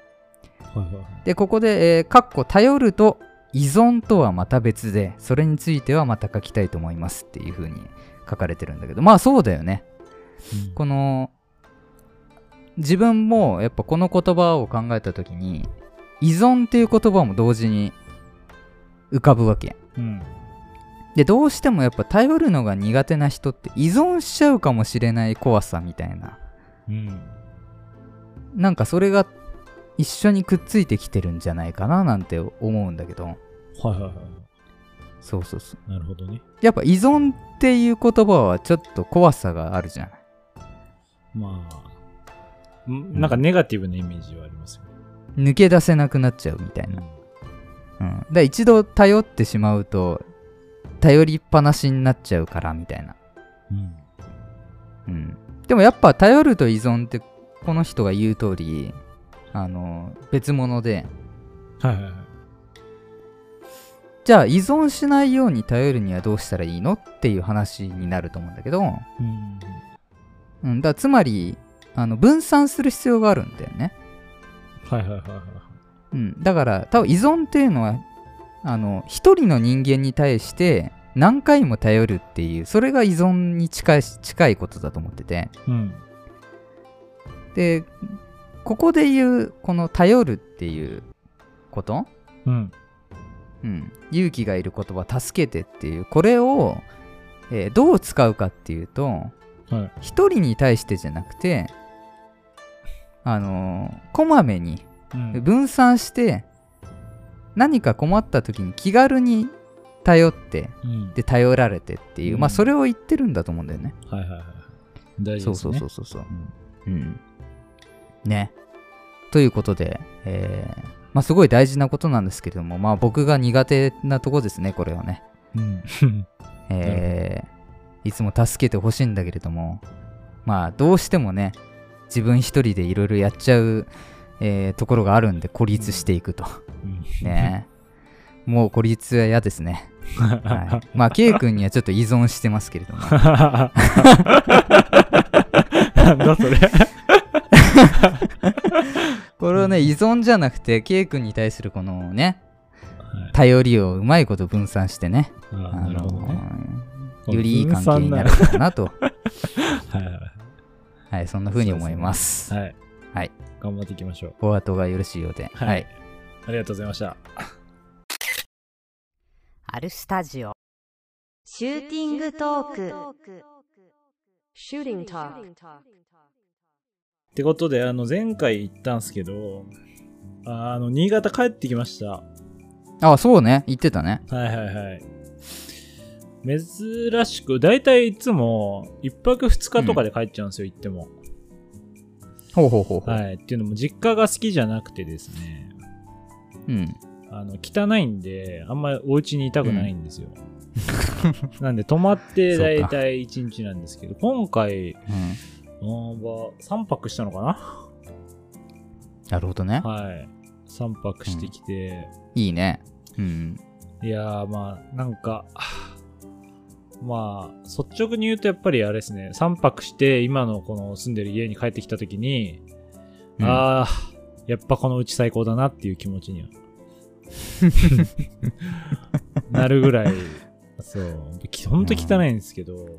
S2: はいはいはい。
S1: でここで、えー、かっこ頼ると依存とはまた別でそれについてはまた書きたいと思いますっていうふうに書かれてるんだけどまあそうだよね
S2: うん
S1: この自分もやっぱこの言葉を考えた時に依存っていう言葉も同時に浮かぶわけ
S2: うん。
S1: でどうしてもやっぱ頼るのが苦手な人って依存しちゃうかもしれない怖さみたいな
S2: うん。
S1: なんかそれが一緒にくっついてきてるんじゃないかななんて思うんだけど
S2: はいはいはい。
S1: そうそうそう
S2: なるほどね。
S1: やっぱ依存っていう言葉はちょっと怖さがあるじゃない
S2: まあ、んなんかネガティブなイメージはありますよね。
S1: 抜け出せなくなっちゃうみたいな、うん、だから一度頼ってしまうと頼りっぱなしになっちゃうからみたいな
S2: うん。
S1: うん、でもやっぱ頼ると依存ってこの人が言う通りあの別物で
S2: はいはいはい。
S1: じゃあ依存しないように頼るにはどうしたらいいのっていう話になると思うんだけど、
S2: うん。
S1: うん、だからつまりあの分散する必要があるんだよね、
S2: はいはいはいはいはい。
S1: うん、だから多分依存っていうのはあの一人の人間に対して何回も頼るっていうそれが依存に近い近いことだと思ってて
S2: うん。
S1: でここで言うこの頼るっていうこと、
S2: うん。
S1: うん、勇気がいる言葉「助けて」っていうこれを、えーどう使うかっていうと
S2: はい。
S1: 一人に対してじゃなくてあのーこまめに
S2: うん
S1: 分散して何か困った時に気軽に頼って
S2: うん。
S1: で頼られてっていう、まあ
S2: うん
S1: それを言ってるんだと思うんだよね。
S2: はいはいはい。大事
S1: そうそう
S2: ですね。
S1: そううそうそう。うん、ね。ということで、えーまあ、すごい大事なことなんですけれども、まあ、僕が苦手なとこですねこれはね。
S2: そう。うん。
S1: えーいつも助けてほしいんだけれどもまあどうしてもね自分一人でいろいろやっちゃう、えーところがあるんで孤立していくと、ねもう孤立は嫌ですね、 はい、まあ K 君にはちょっと依存してますけれども
S2: なんだそれ。
S1: これをね、依存じゃなくて、K 君に対するこのね、頼りをうまいこと分散してね、
S2: あ
S1: あ
S2: ーなるほど
S1: の
S2: ね。
S1: よりいい関係になるかなと、
S2: はいはい
S1: はい、そんな風に思います。
S2: はい。
S1: はい。
S2: 頑張っていきましょう。
S1: お後がよろしいようで。
S2: はい
S1: はい。
S2: ありがとうございました。
S4: アルスタジオ
S3: シューティングトーク。シューティングトーク。
S2: ってことで、あの、前回言ったんすけど、あの、新潟帰ってきました。は
S1: あ、そうね。言ってたね。
S2: いはいはい。珍しく、だいたいいつも、1泊2日とかで帰っちゃうんですよ、行っても。
S1: ほうほうほうほう。
S2: はい。っていうのも、実家が好きじゃなくてですね、
S1: うん。
S2: あの、汚いんで、あんまりお家にいたくないんですよ。なんで、泊まってだいたい1日なんですけど、今回、
S1: うん。
S2: 3泊したのかな
S1: なるほどね。
S2: はい。3泊してきて、
S1: いいね。うん。
S2: いやーまあなんかはあまあ率直に言うとやっぱりあれですね3泊して今のこの住んでる家に帰ってきた時に、
S1: うん
S2: あーやっぱこのうち最高だなっていう気持ちに はなるぐらいそうきほんと汚いんですけど、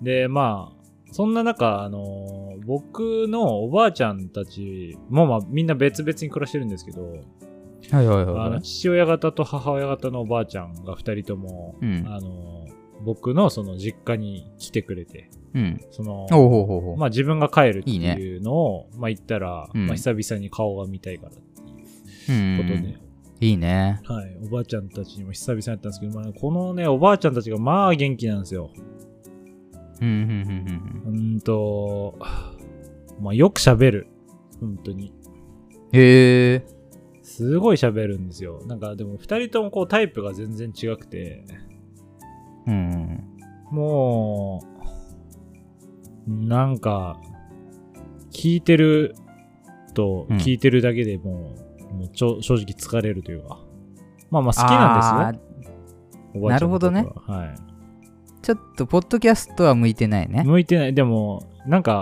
S2: でまあそんな中、あのー僕のおばあちゃんたちも、まあ、みんな別々に暮らしてるんですけど、
S1: はいはいはい
S2: あ
S1: は
S2: の
S1: い。
S2: 父親方と母親方のおばあちゃんが2人とも、
S1: うん。
S2: あの僕のその実家に来てくれて
S1: うん。
S2: その
S1: ほうほうほうほう。
S2: まあ、自分が帰るって
S1: いい
S2: い
S1: ね
S2: うのをまあ、言ったら、
S1: うん
S2: まあ、久々に顔が見たいからっていう
S1: う
S2: ことで、
S1: ん。いいね。
S2: はい、おばあちゃんたちにも久々にやったんですけど、まあ、このねおばあちゃんたちがまあ元気なんですよ
S1: うんうん
S2: うーんと、まあ、よく喋る本当に
S1: うんうん。へえ。
S2: すごい喋るんですよなんかでも2人ともこうタイプが全然違くて
S1: うん。
S2: もう、なんか、聞いてると、
S1: うん
S2: 聞いてるだけでもう、もうちょ正直疲れるというか。まあまあ好きなん
S1: ですよ。
S2: ですよ。おばあちゃんのことは
S1: なる
S2: は
S1: ちょっと、ポッドキャストは向いてない
S2: い。
S1: ね。
S2: 向いてない。でも、な んか、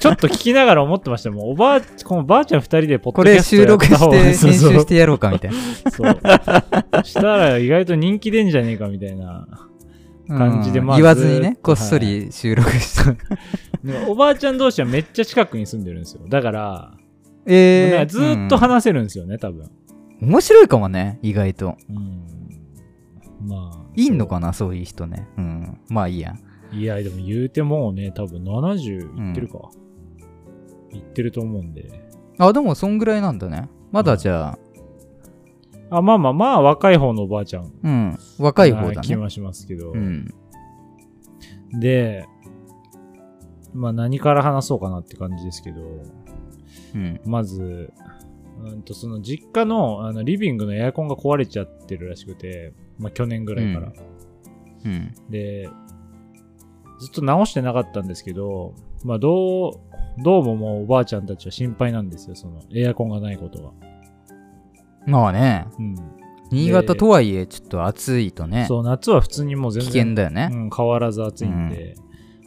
S2: ちょっと聞きながら思ってましたよもうおばあ、このばあちゃん二人でポッ
S1: こ
S2: ドキャ
S1: れ
S2: ストや
S1: 収
S2: っ
S1: 録
S2: た
S1: し
S2: 方が
S1: て、編
S2: そうそう
S1: 集してやろうかみたいな。
S2: そう。したら意外と人気出んじゃねえかみたいな。 感じで
S1: うん
S2: まあ
S1: 言わずに
S2: ずーっ
S1: ね、
S2: と
S1: こっそり収録した。
S2: でもおばあちゃん同士はめっちゃ近くに住んでるんですよ。だから、もう
S1: え
S2: ね
S1: え。
S2: ずーっと話せるんですよね、多分。
S1: うん面白いかもね、意外と。
S2: うん。まあ。
S1: いんのかな、そういう人ね。うん。まあいいや。
S2: いや、でも言うてもうね、多分70いってるか。いってると思うんで。
S1: あ、でも、そんぐらいなんだね。まだじゃあ、
S2: あ、まあまあまあ、若い方のおばあちゃん。
S1: うん。若い方
S2: な
S1: だ
S2: 気
S1: ね。
S2: はしますけど。
S1: うん。
S2: で、まあ何から話そうかなって感じですけど、
S1: うん。
S2: まず、うんとその実家のあのリビングのエアコンが壊れちゃってるらしくて、まあ去年ぐらいから。
S1: うん。
S2: で、ずっと直してなかったんですけど、まあ、どう、どうももうおばあちゃんたちは心配なんですよ、その、エアコンがないことが。
S1: まあね、
S2: うん。
S1: 新潟とはいえ、ちょっと暑いとね、
S2: そう、夏は普通にもう全
S1: 危
S2: 然、
S1: 険だよね。
S2: うん、変わらず暑いんで、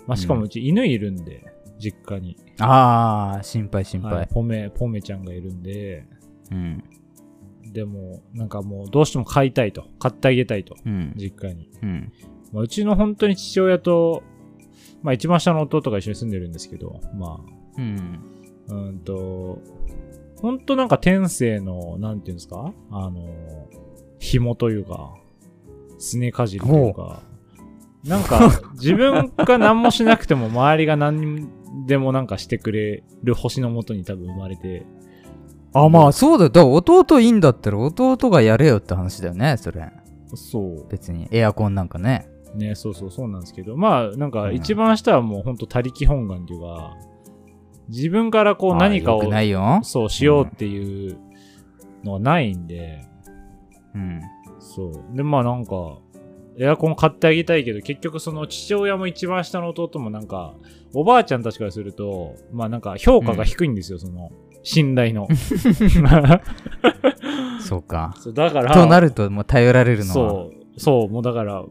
S2: まあ、しかもうち犬いるんで、実家に。
S1: ああ、心配心配。
S2: はい、ポメ、ポメちゃんがいるんで、
S1: うん。
S2: でも、なんかもう、どうしても飼いたいと、買ってあげたいと、
S1: うん。
S2: 実家に。
S1: うん。
S2: まあ、うちの本当に父親と、まあ、一番下の弟が一緒に住んでるんですけど、まあ、
S1: うん。
S2: うーんと、ほんとなんか天性の、なんていうんですかあの、紐というか、すねかじりというか、な んか自分が何もしなくても周りが何でもなんかしてくれる星のもとに多分生まれて、
S1: あ、まあそうだよ。だから弟いいんだったら弟がやれよって話だよね、それ。
S2: そ
S1: 別に。エアコンなんかね。
S2: う。ね、そうそうそうなんですけど、まあなんか
S1: うん
S2: 一番下はもうほんと他力本願というか、自分からこう
S1: あー
S2: 何か
S1: よ
S2: を
S1: く、ないよ。
S2: そうしようっていうのはないんで、
S1: うん。
S2: そう。で、まあなんか、エアコン買ってあげたいけど、結局その父親も一番下の弟もなんか、おばあちゃんたちからすると、まあなんか評価が低いんですよ、その、信頼の。
S1: そうか。
S2: そうだから、
S1: となると、もう頼られるのは。
S2: そう、そう、もうだから、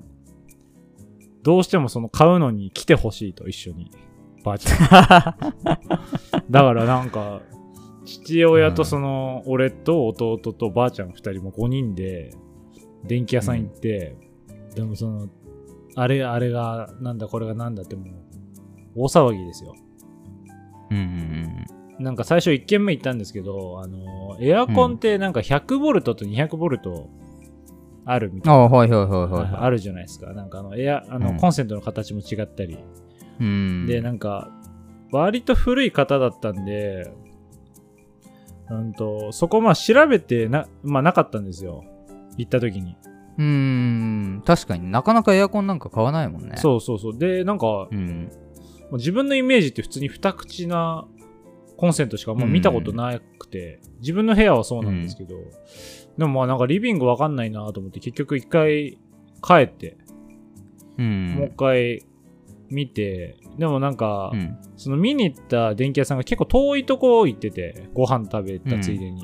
S2: どうしてもその買うのに 来てほしいと、一緒に。ばあちゃん。だからなんか、父親とその、俺と弟とばあちゃん二人も5人で、電気屋さん行って、でもその、あれ、あれが、なんだ、これがなんだってもう、大騒ぎですよ。
S1: うんうん
S2: なんか最初1軒目行ったんですけど、あの、エアコンってなんか100ボルトと200ボルトあるみ
S1: うん。
S2: たい
S1: あ
S2: な。
S1: あ、はいはいはいはいは
S2: あるじゃないですか。なんかあの、エア、あ
S1: う
S2: の、
S1: ん
S2: コンセントの形も違ったり。
S1: い。うん。
S2: で、なんか、割と古い方だったんで、うんと、そこまあ調べてな、まあなかったんですよ。行った時に。
S1: うーん。確かになかなかエアコンなんか買わないもんね。う。
S2: そうそうそう。で、なんか、
S1: うん。
S2: まあ自分のイメージって普通に二口なコンセントしかもう見たことなくて、自分の部屋はそうなんですけど、でもまあなんかリビングわかんないなと思って結局一回帰って、
S1: うん。
S2: もう一回見て、でもなんか、
S1: うん。
S2: その見に行った電気屋さんが結構遠いとこ行ってて、ご飯食べたついでに。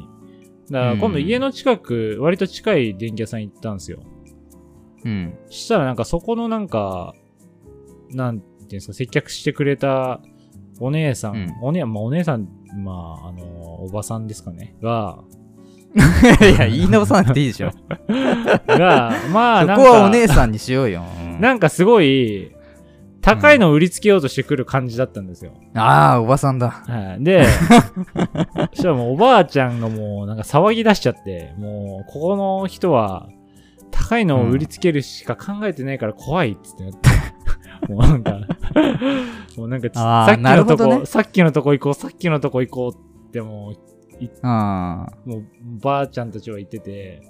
S2: だから今度家の近く、割と近い電気屋さん行ったんですよ。
S1: うん。
S2: したらなんかそこのなんか、なんていうんですか、接客してくれたお姉さん、
S1: うん
S2: お姉、まあお姉さん、まあ、あの、おばさんですかね、が、
S1: いや、言い直さなくていいでしょ。
S2: が、ま あ
S1: そ
S2: なん
S1: こ
S2: か、
S1: はお姉さんにしようよ。うん
S2: なんかすごい、高いのを売りつけようとしてくる感じだったんですよ。
S1: ああ、おばさんだ。
S2: は い。で、そしたらもうおばあちゃんがもうなんか騒ぎ出しちゃって、もうここの人は高いのを売りつけるしか考えてないから怖いっつって なって。もうなんか、もうなんかつ
S1: あー
S2: さっき
S1: なる
S2: の
S1: ほ
S2: と
S1: ど
S2: こ、
S1: ね
S2: さっきのとこ行こう、さっきのとこ行こうっても
S1: ああ。
S2: う、もうばあちゃんたちは言ってて、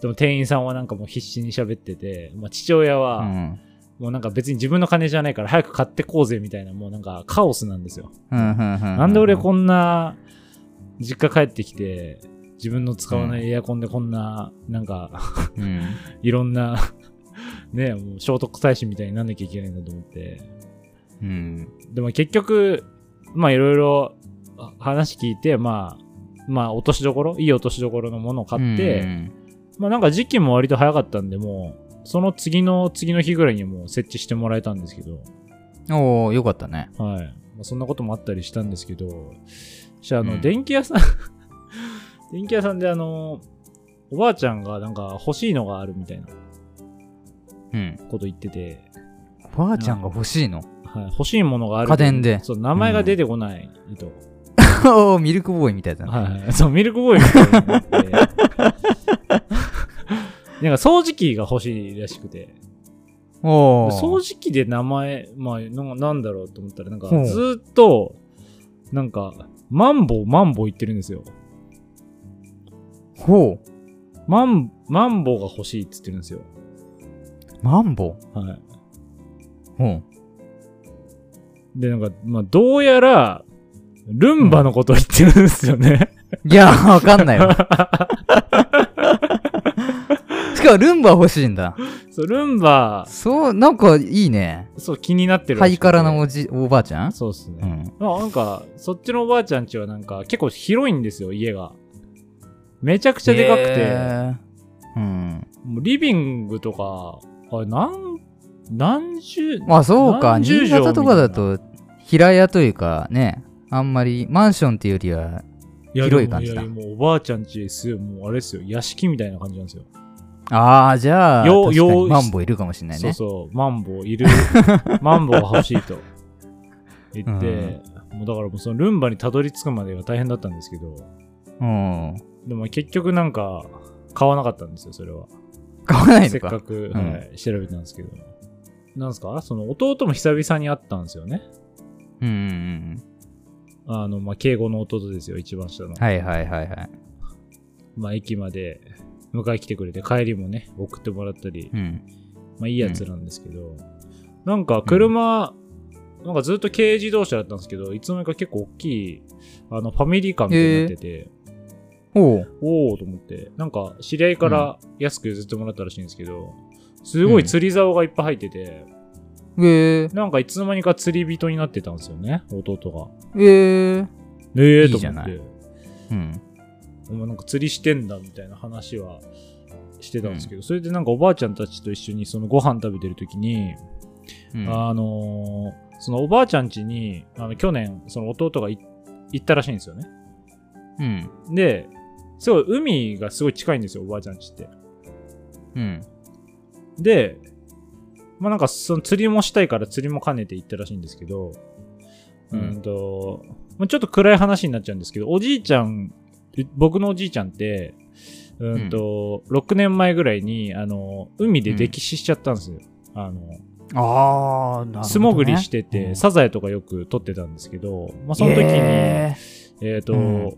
S2: でも店員さんはなんかもう必死に喋ってて、まあ父親
S1: う
S2: は
S1: ん。
S2: もうなんか別に自分の金じゃないから早く買ってこうぜみたいなもうなんかカオスなんですよ。
S1: うんうんうん。
S2: なんで俺こんな実家帰ってきて自分の使わないエアコンでこんな、なんか
S1: うん。
S2: いろんな ねもう聖徳太子みたいになんなきゃいけないんだと思って
S1: うん。
S2: でも結局まあいろいろあ話聞いてまあまあ落としどころいい落としどころのものを買って、
S1: うん
S2: まあなんか時期も割と早かったんでもうその次の次の日ぐらいにはもう設置してもらえたんですけど
S1: おおよかったね。
S2: はい。まあ、そんなこともあったりしたんですけど、じゃあ、あの、
S1: うん
S2: 電気屋さん、 電気屋さんであの、おばあちゃんがなんか欲しいのがあるみたいな
S1: うん。
S2: こと言ってて、
S1: おばあちゃんが欲しいの。
S2: はい、欲しいものがある。
S1: 家電で
S2: そう、名前が出てこないと。
S1: おーミルクボーイみたいだな。
S2: はいはい。そう、ミルクボーイみたいになって。 なんか掃除機が欲しいらしくて。
S1: おお。
S2: 掃除機で名前、まあ、なんなんだろうと思ったら、なんか
S1: ほう
S2: ずーっと、なんか、マンボウ、マンボウ言ってるんですよ。
S1: ほう。
S2: マン、マンボウが欲しいって言ってるんですよ。
S1: マンボ
S2: はい。
S1: ウ。ほ
S2: で、なんか、まあ、どうやら、ルンバのことを言ってるんですよね。
S1: う。いや、わかんない わ。しかもルンバ欲しいんだ。
S2: そう、ルンバ、
S1: そう、なんかいいね。
S2: そう、気になってる
S1: ハイカラなお
S2: じ
S1: じ、おばあちゃん
S2: そうです
S1: う
S2: ね。
S1: ん。
S2: まあ、なんか、そっちのおばあちゃんちはなんか、結構広いんですよ、家が。めちゃくちゃでかくて、
S1: へーうん。
S2: もうリビングとか、あれ、何、何十、
S1: まあそうか、
S2: 何十
S1: 新
S2: 畳
S1: 潟とかだと、平屋というかね、あんまりマンションっていうよりは、
S2: や
S1: 広い感じだ
S2: でもやもうおばあちゃんちすごいもうあれですよ、屋敷みたいな感じなんですよ。
S1: ああ、じゃあ、
S2: よ
S1: 確かに
S2: よ
S1: マンボウいるかもしれない
S2: そう
S1: ね。
S2: そう、マンボウ いる、マンボウが欲しいと言って、もうだからもうそのルンバにたどり着くまでが大変だったんですけど、
S1: うん。
S2: でも結局なんか買わなかったんですよ、それは。
S1: 買わない
S2: せ
S1: の
S2: っか
S1: か。
S2: く、
S1: ん
S2: はい、調べたんですけど。なんですかその弟も久々に会ったんですよね。
S1: うんうんうん。
S2: あの、まあ、敬語の弟ですよ、一番下の。
S1: はいはいはいはい。
S2: まあ、駅まで迎え来てくれて、帰りもね、送ってもらったり、
S1: うん。
S2: まあいいやつなんですけど、なんか車、なんかずっと軽自動車だったんですけど、いつの間にか結構大きい、あの、ファミリーカーみたいになってて、
S1: おう。
S2: おおと思って、なんか知り合いから安く譲ってもらったらしいんですけど、すごい釣り竿がいっぱい入ってて、
S1: えー、
S2: なんかいつの間にか釣り人になってたんですよね、弟が。
S1: えー。
S2: ええ
S1: いい
S2: と思
S1: じゃ
S2: っ
S1: な
S2: て
S1: い、うん。
S2: お前なんか釣りしてんだみたいな話はしてたんですけど、それでなんかおばあちゃんたちと一緒にそのご飯食べてる時に、
S1: うん
S2: あのーそのおばあちゃん家にあの去年その弟がい行ったらしいんですよね
S1: うん。
S2: で、すごい海がすごい近いんですよ、おばあちゃんちって。
S1: うん。
S2: で、まあなんかその釣りもしたいから釣りも兼ねて行ったらしいんですけど、
S1: う
S2: う
S1: ん
S2: んと、まあちょっと暗い話になっちゃうんですけど、おじいちゃん、う僕のおじいちゃんって、うんと、6年前ぐらいに、あの、海で溺死しちゃったんですよ。あの、
S1: ああ、な
S2: 素潜りしてて、
S1: うん
S2: サザエとかよく取ってたんですけど、まあその時に、
S1: え
S2: えっ、と、
S1: うん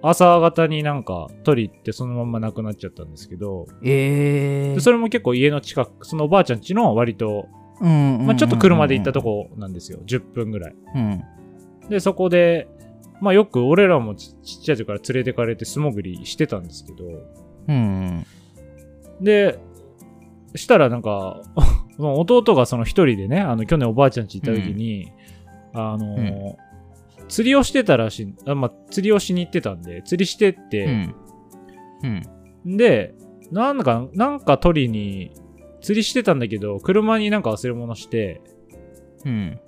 S2: 朝方になんか取り行ってそのまんま亡くなっちゃったんですけど、
S1: ーえ
S2: で
S1: ー
S2: それも結構家の近く、そのおばあちゃん家の割と、
S1: うんうんうんうん
S2: まあ、ちょっと車で行ったとこなんですよ。10分ぐらい。
S1: うん。
S2: で、そこで、まあよく俺らもちちっちゃい時から連れてかれて素潜りしてたんですけど、
S1: うん。
S2: で、したらなんか、 その弟がその一人でね、あの去年おばあちゃん家行った時に、あのー釣りをしてたらしい、あまあ、釣りをしに行ってたんで、釣りしてって、
S1: うん。うん。
S2: で、なんか、なんか取りに、釣りしてたんだけど、車になんか忘れ物して、
S1: うん。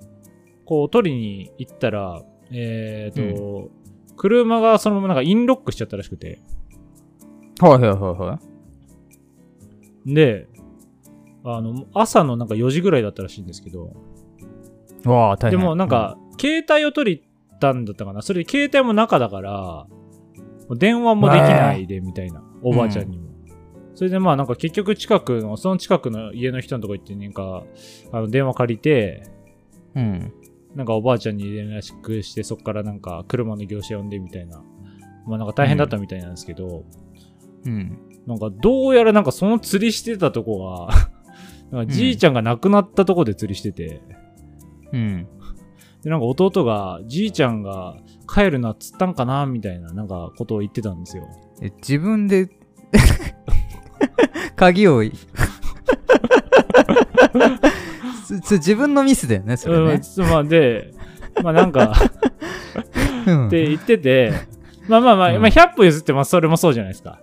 S2: こう取りに行ったら、えーと、車がそのままなんかインロックしちゃったらしくて。
S1: はいはいはいは
S2: で、あの、朝のなんか4時ぐらいだったらしいんですけど、
S1: い。わあ、大
S2: で
S1: 変。
S2: もなんか、携帯を取り行ったんだったかな。それで携帯も中だから、もう電話もできないでみたいな、おばあちゃんにも。それでまあなんか結局近くの、その近くの家の人のとこ行ってなんか、あの電話借りて、
S1: うん、うん。
S2: なんかおばあちゃんに連絡して、そこからなんか車の業者呼んでみたいな。まあなんか大変だったみたいなんですけど、
S1: うん。
S2: なんかどうやらなんかその釣りしてたとこが、なんかじいちゃんが亡くなったとこで釣りしてて、
S1: うん。
S2: でなんか弟が、じいちゃんが帰るなっつったんかなみたいななんかことを言ってたんですよ。
S1: え自分で 鍵を つつ自分のミスだよねそれ
S2: うん
S1: ね、
S2: つまあで、まあな んか、
S1: うん
S2: って言ってて、まあまあまあ、
S1: うん
S2: まあ100歩譲って、まあそれもそうじゃないですか。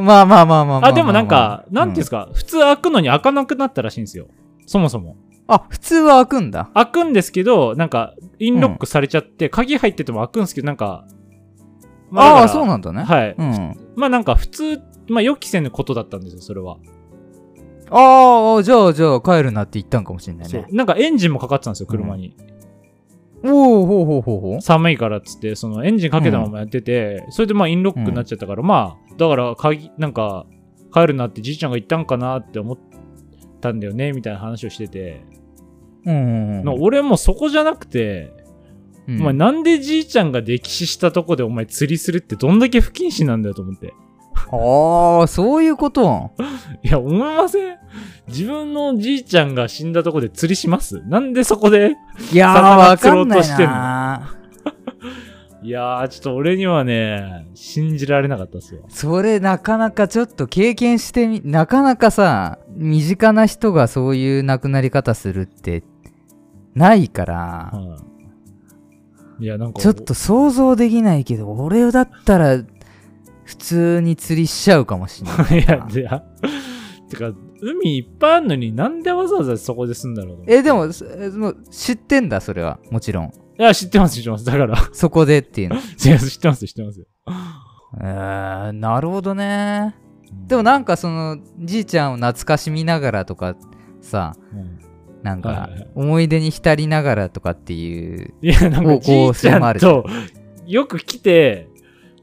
S1: まあまあまあまあまあまあまあ
S2: あ、でもなんか、なんていうんですか、普通開くのに開かなくなったらしいんですよ。そもそも。
S1: あ普通は開くんだ
S2: 開くんですけど、なんか、インロックされちゃって、鍵入ってても開くんですけど、なんか、
S1: ああーそう
S2: な
S1: なんだね
S2: はい。
S1: うん、
S2: まあなんか、普通、まあ予期せぬことだったんですよ、それは。
S1: ああじゃあじゃあ帰るなって言ったんかもしれない
S2: そう
S1: ね
S2: なんかエンジンもかかってたんですよ、車に。
S1: おおほうほうほうほう
S2: 寒いからっつって、そのエンジンかけたままやってて、それでまあインロックになっちゃったから、まあ、だから鍵、なんか、帰るなってじいちゃんが言ったんかなって思ったんだよね、みたいな話をしてて、
S1: うんうん
S2: の俺もうそこじゃなくて、
S1: うん
S2: お前なんでじいちゃんが溺死したとこでお前釣りするってどんだけ不謹慎なんだよと思って。
S1: ああそういうこと
S2: いや、思いません自分のじいちゃんが死んだとこで釣りしますなんでそこで
S1: いやー
S2: 魚
S1: わ
S2: 釣
S1: か
S2: ろうん
S1: な
S2: と
S1: い
S2: してんの
S1: ない
S2: やー、ちょっと俺にはね、信じられなかったっすよ。
S1: それなかなかちょっと経験してみなかなかさ身近な人がそういう亡くなり方するってないから、
S2: はい。いや、なんか、
S1: ちょっと想像できないけど俺だったら普通に釣りしちゃうかもしんない
S2: い
S1: な
S2: や、いや、てか、海いっぱいあるのになんでわざわざそこですんだろうと思って
S1: えでもそえもう知ってんだそれはもちろ ん
S2: いや、知ってます、知ってます。だから、
S1: そこでっていうの
S2: 知ってます、知ってます、知ってます。
S1: えーなるほどねでもなんかそのじいちゃんを懐かしみながらとかさ
S2: うん、
S1: なん
S2: は
S1: か
S2: いはい
S1: 思い出に浸りながらとかっていう
S2: いや、なんか
S1: 方
S2: じ
S1: 向
S2: いち
S1: 性も
S2: ゃ
S1: あ
S2: ん
S1: る
S2: とよく来て、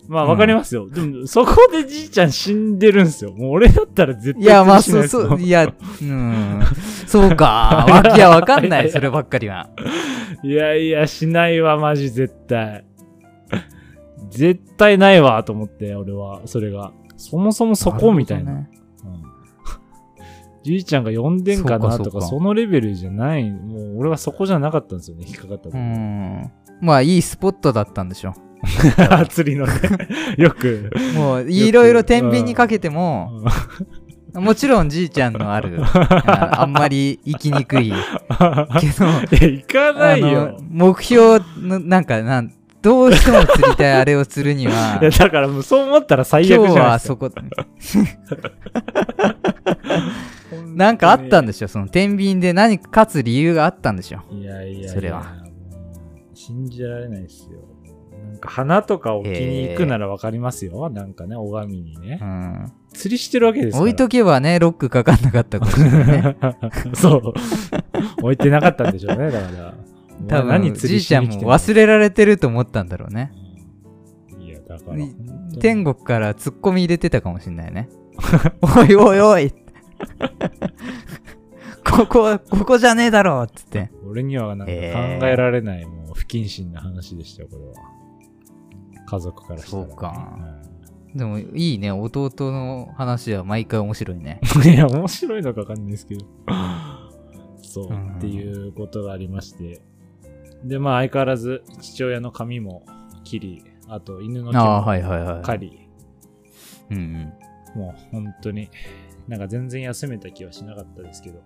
S2: まあ
S1: うん
S2: わかりますよ。でも、そこでじいちゃん死んでるんすよ。もう俺だったら絶対
S1: いや、まあ、
S2: 釣
S1: そ
S2: り
S1: う、
S2: しないで
S1: そ
S2: すも
S1: う、
S2: ん
S1: いや、うん。そうか。わけはわかんない、そればっかりは。
S2: いやいや、しないわ、マジ絶対。絶対ないわ、と思って、俺は、それが。そもそもそこみたいな。
S1: る
S2: うんじいちゃんが呼んでんかな
S1: そうか
S2: と
S1: そうか
S2: か、そのレベルじゃない。もう俺はそこじゃなかったんですよね、引っかかった
S1: ほど
S2: の
S1: ね。うん。まあ、いいスポットだったんでしょ。
S2: 釣りのね、 よく。
S1: もう、いろいろ天秤にかけても、 もちろんじいちゃんのある、ああんまり行きにくいけど、
S2: い や、行かな
S1: あ
S2: い
S1: の
S2: よ、。
S1: 目標の、なんか、なん、どうしても釣りたいあれを釣るにはい
S2: や、、だからもうそう思ったら最悪じゃ
S1: 今
S2: ない
S1: 日は
S2: ですか
S1: そこ、なんかあったんでしょ、その天秤で何か勝つ理由があったんでしょ。
S2: いやいやいや
S1: それは
S2: もう信じられないですよ。なんか花とか置きに行くならわかりますよ。なんかね、拝みにね
S1: う。ん。
S2: 釣りしてるわけですから。
S1: 置いとけばね、ロックかかんなかったかもしれない ね。
S2: そう。置いてなかったんでしょうね、だから。
S1: 多
S2: お前
S1: 分、じいちゃん
S2: ん
S1: も
S2: の
S1: 忘れられてると思ったんだろうね。
S2: いや、だから。本当に
S1: 天国からツッコミ入れてたかもしれないね。 おいおいおい ここ、ここじゃねえだろっつって。
S2: 俺にはなんか考
S1: えー
S2: えられない、もう不謹慎な話でしたよ、これは。家族からしたら、
S1: そうか
S2: うん
S1: でもいいね、弟の話は毎回面白い ね。
S2: いや、面白いのかわかんないですけど。そう、
S1: うん
S2: っていうことがありまして。で、まあ相変わらず父親の髪も切り、あと犬の毛
S1: ああ、
S2: も
S1: はいはいはい。
S2: 刈り、
S1: うんうん。
S2: もう本当に、なんか全然休めた気はしなかったですけど。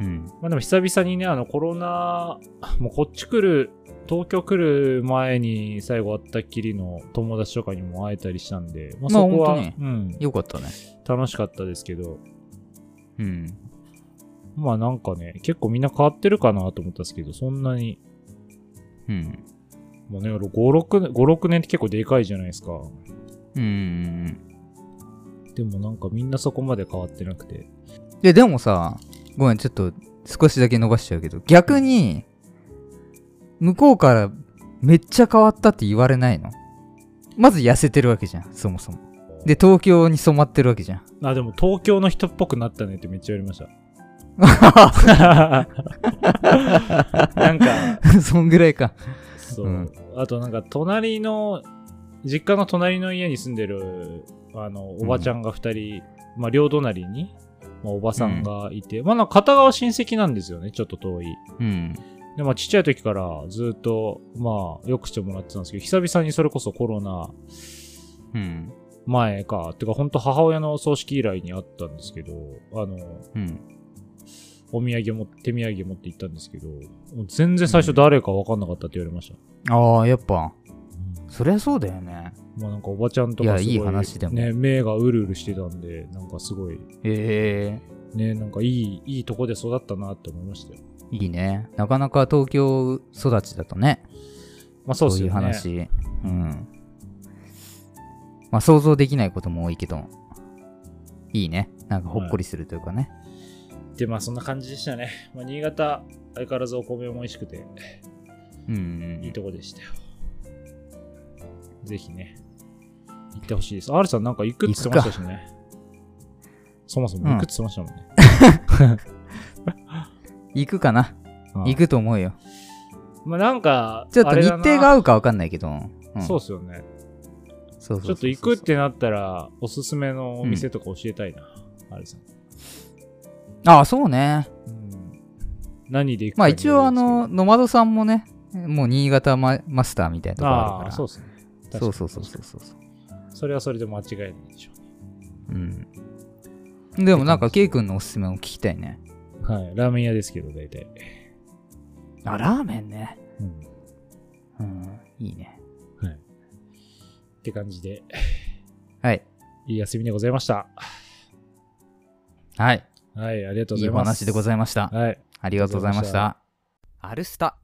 S1: うん、
S2: まあでも久々にね、あのコロナ、もうこっち来る、東京来る前に最後会ったっきりの友達とかにも会えたりしたんで、まあ
S1: まあ
S2: そこは、
S1: 本当
S2: うん、
S1: よかったね。
S2: 楽しかったですけど、
S1: うん。
S2: まあなんかね、結構みんな変わってるかなと思ったんですけど、そんなに、
S1: うん。
S2: もうね、5、6年、5、6年って結構でかいじゃないですか。
S1: うんうんうん。
S2: でもなんかみんなそこまで変わってなくて。
S1: いや、でもさ、ごめん、ちょっと少しだけ伸ばしちゃうけど、逆に、向こうからめっちゃ変わったって言われないのまず痩せてるわけじゃん、そもそも。で、東京に染まってるわけじゃん。
S2: あ、でも東京の人っぽくなったねってめっちゃ言われま した。なんか、
S1: そんぐ らいか。
S2: そう、
S1: うん
S2: あとなんか隣の実家の隣の家に住んでるあのおばちゃんが2人、まあ、両隣に、まあ、おばさんがいて、まあなんか片側親戚なんですよねちょっと遠い
S1: うん。
S2: でまあちっちゃい時からずっとまあよくしてもらってたんですけど久々にそれこそコロナ
S1: うん。
S2: 前かてか本当母親の葬式以来に会ったんですけどあの
S1: うん。
S2: お土産も手土産持って行ったんですけどもう全然最初誰か分かんなかったって言われました、
S1: ああ、やっぱ、
S2: うん
S1: そりゃそうだよね。
S2: まあなんかおばちゃんと
S1: い
S2: か
S1: や
S2: すご
S1: いい話でも
S2: ね、目がうるうるしてたんで、なんかすごい、
S1: へえ
S2: ね、なんかいい、いいとこで育ったなって思いましたよ。
S1: いいね。なかなか東京育ちだとね、
S2: まあそうで
S1: そう
S2: す
S1: いう
S2: よね。
S1: 話。うん。まあ想像できないことも多いけど、いいね。なんかほっこりするというかね。
S2: で、まあそんな感じでしたね。まあ新潟、相変わらずお米も美味しくて、
S1: うん
S2: いいとこでしたよ。ぜひね、行ってほしいです。R さんなんか行くって言ってましたしね。そもそも行くって言ってましたもんね。
S1: 行くかな
S2: うん
S1: 行くと思うよ。
S2: まあなんか、
S1: ちょっと
S2: あれ
S1: 日
S2: だな
S1: 程が、合うか分かんないけど。うん
S2: そうっすよね。
S1: そうそうそう
S2: ちょっと行くっ。てなったら、おすすめのお店とか教えたいな、R さん。
S1: ああ、そうね。
S2: うん何で行くか
S1: まあ
S2: によるんです
S1: 一
S2: けど
S1: 応あの、ノマドさんもね、もう新潟ママスターみたいなとこあるか
S2: ああ、
S1: ら。
S2: そうですね。確か
S1: そう
S2: に
S1: そうそうそうそうそう。
S2: それはそれで間違いないでしょうね。
S1: うん。でもなんか、ケイ君のおすすめを聞きたいね。
S2: はい。ラーメン屋ですけど、大体。
S1: あ、ラーメンね。う
S2: うん。
S1: ん。いいね。
S2: はい。って感じで、
S1: はい。
S2: いい休みでございました。
S1: はい。
S2: はい、ありがとうご
S1: い
S2: ざ
S1: い
S2: い
S1: お
S2: ます。
S1: 話でございました。
S2: はい。
S1: ありがとうございました。アルスタ。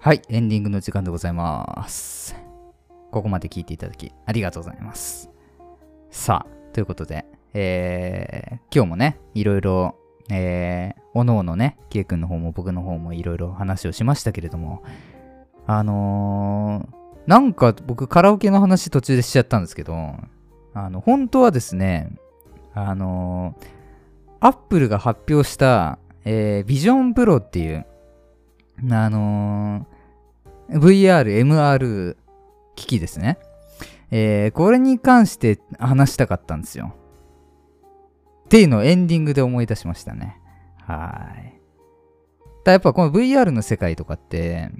S1: はい、エンディングの時間でございます。ここまで聞いていただきありがとうございます。さあ、ということで、えー今日もね、いろいろ、えー、おのおのね、ケイ君の方も僕の方もいろいろ話をしましたけれども、あのーなんか僕カラオケの話途中でしちゃったんですけど、あの、本当はですね、あのアップルが発表した、えー、ビジョンプロっていう、あのー VR、MR 機器ですね。えーこれに関して話したかったんですよ。っていうのをエンディングで思い出しましたね。はーい。ただやっぱこの VR の世界とかって、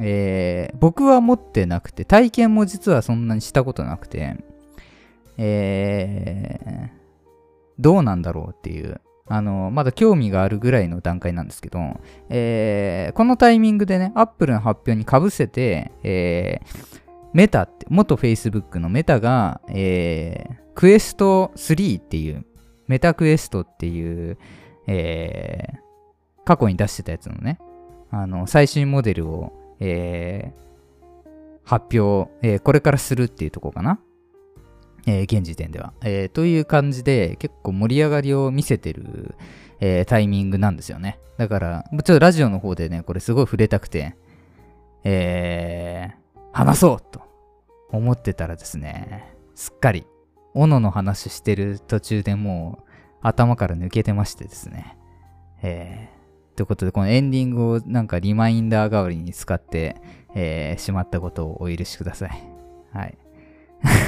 S1: えー僕は持ってなくて、体験も実はそんなにしたことなくて、えーどうなんだろうっていう、あの、まだ興味があるぐらいの段階なんですけど、えーこのタイミングでね、Apple の発表にかぶせて、えーメタって、元 Facebook のメタが、えー、クエスト3っていう、メタクエストっていう、えー、過去に出してたやつのね、あの、最新モデルを、えー、発表、えーこれからするっていうとこかな。えー現時点では、えーという感じで、結構盛り上がりを見せてる、えータイミングなんですよね。だから、ちょっとラジオの方でね、これすごい触れたくて、えー話そうと思ってたらですね、すっかり、斧の話してる途中でもう、頭から抜けてましてですね。えーということで、このエンディングをなんかリマインダー代わりに使って、えーしまったことをお許しください。はい。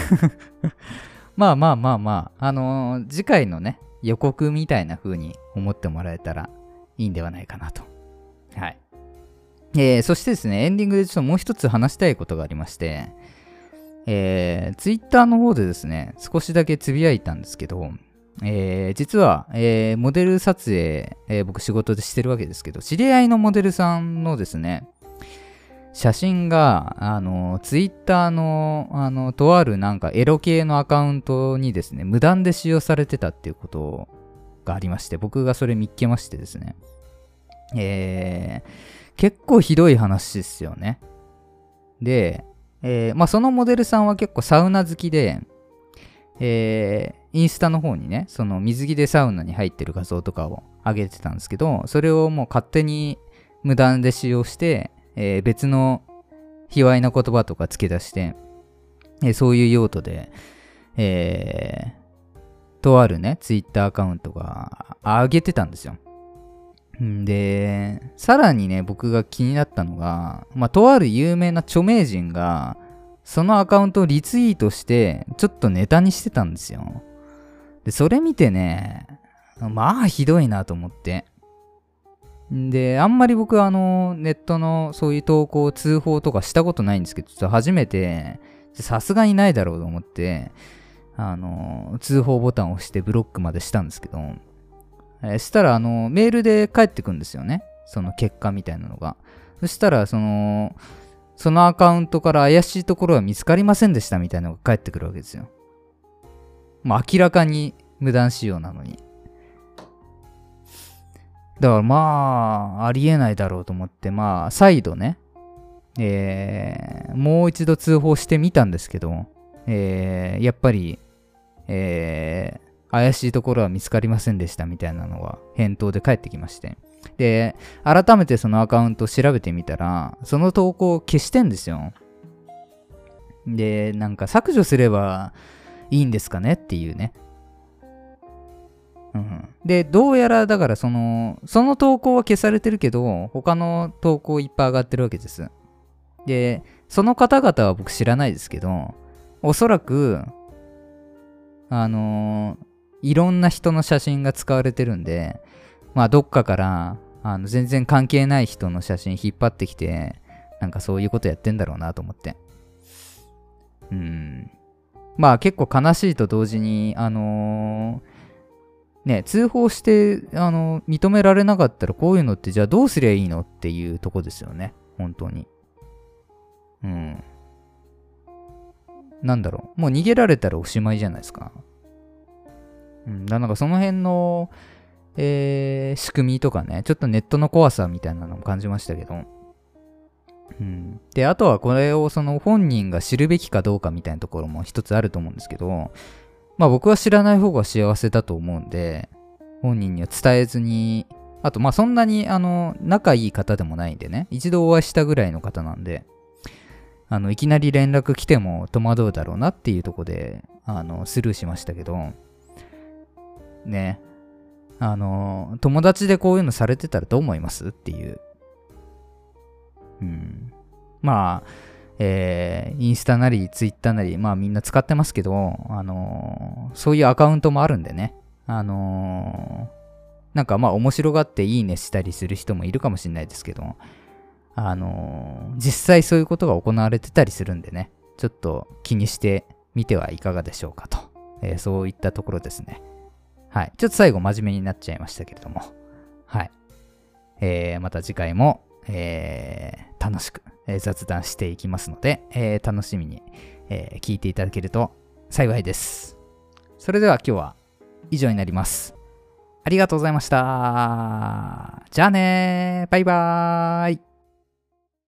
S1: まあまあまあまあ、あのー次回のね、予告みたいな風に思ってもらえたらいいんではないかなと。はい。えーそしてですね、エンディングでちょっともう一つ話したいことがありまして、えー、Twitter の方でですね、少しだけつぶやいたんですけど、えー実は、えーモデル撮影、えー僕仕事でしてるわけですけど、知り合いのモデルさんのですね、写真が、あの、ツイッターの、あの、とあるなんかエロ系のアカウントにですね、無断で使用されてたっていうことがありまして、僕がそれ見っけましてですね。えー結構ひどい話ですよね。で、えーまあそのモデルさんは結構サウナ好きで、えーインスタの方にね、その水着でサウナに入ってる画像とかを上げてたんですけど、それをもう勝手に無断で使用して、えー別の卑猥な言葉とか付け出して、えーそういう用途で、えーとあるね、ツイッターアカウントがあ上げてたんですよ。んで、さらにね、僕が気になったのが、まあ、とある有名な著名人が、そのアカウントをリツイートして、ちょっとネタにしてたんですよ。で、それ見てね、まあ、ひどいなと思って。で、あんまり僕はあの、ネットのそういう投稿、通報とかしたことないんですけど、ちょっと初めて、さすがにないだろうと思って、あの、通報ボタンを押してブロックまでしたんですけど、えーしたらあの、メールで返ってくんですよね。その結果みたいなのが。そしたら、その、そのアカウントから怪しいところは見つかりませんでしたみたいなのが返ってくるわけですよ。まあ明らかに無断使用なのに。だからまあ、ありえないだろうと思って、まあ、再度ね、えーもう一度通報してみたんですけど、えーやっぱり、えー怪しいところは見つかりませんでしたみたいなのが返答で返ってきまして。で、改めてそのアカウントを調べてみたら、その投稿を消してんですよ。で、なんか削除すればいいんですかねっていうね。うん、で、どうやらだからその、その投稿は消されてるけど、他の投稿いっぱい上がってるわけです。で、その方々は僕知らないですけど、おそらく、あのーいろんな人の写真が使われてるんで、まあ、どっかから、あの、全然関係ない人の写真引っ張ってきて、なんかそういうことやってんだろうなと思って。うん。まあ、結構悲しいと同時に、あのーね、通報して、あのー認められなかったらこういうのってじゃあどうすりゃいいのっていうとこですよね。本当に。うん。なんだろう。もう逃げられたらおしまいじゃないですか。うん。だからなんかその辺の、えー仕組みとかね、ちょっとネットの怖さみたいなのも感じましたけど。うん、で、あとはこれをその本人が知るべきかどうかみたいなところも一つあると思うんですけど、まあ僕は知らない方が幸せだと思うんで、本人には伝えずに、あとまあそんなにあの、仲いい方でもないんでね、一度お会いしたぐらいの方なんで、あの、いきなり連絡来ても戸惑うだろうなっていうところで、あの、スルーしましたけど、ね、あの、友達でこういうのされてたらどう思いますっていう。うん。まあ、えーインスタなり、ツイッターなり、まあみんな使ってますけど、あのそういうアカウントもあるんでね。あのなんかまあ面白がっていいねしたりする人もいるかもしれないですけど、あの実際そういうことが行われてたりするんでね、ちょっと気にしてみてはいかがでしょうかと。えーそういったところですね。はい。ちょっと最後真面目になっちゃいましたけれども。はい。えーまた次回も、えー楽しく、えー雑談していきますので、えー楽しみに、えー聞いていただけると幸いです。それでは今日は以上になります。ありがとうございました。じゃあねー。バイバーイ。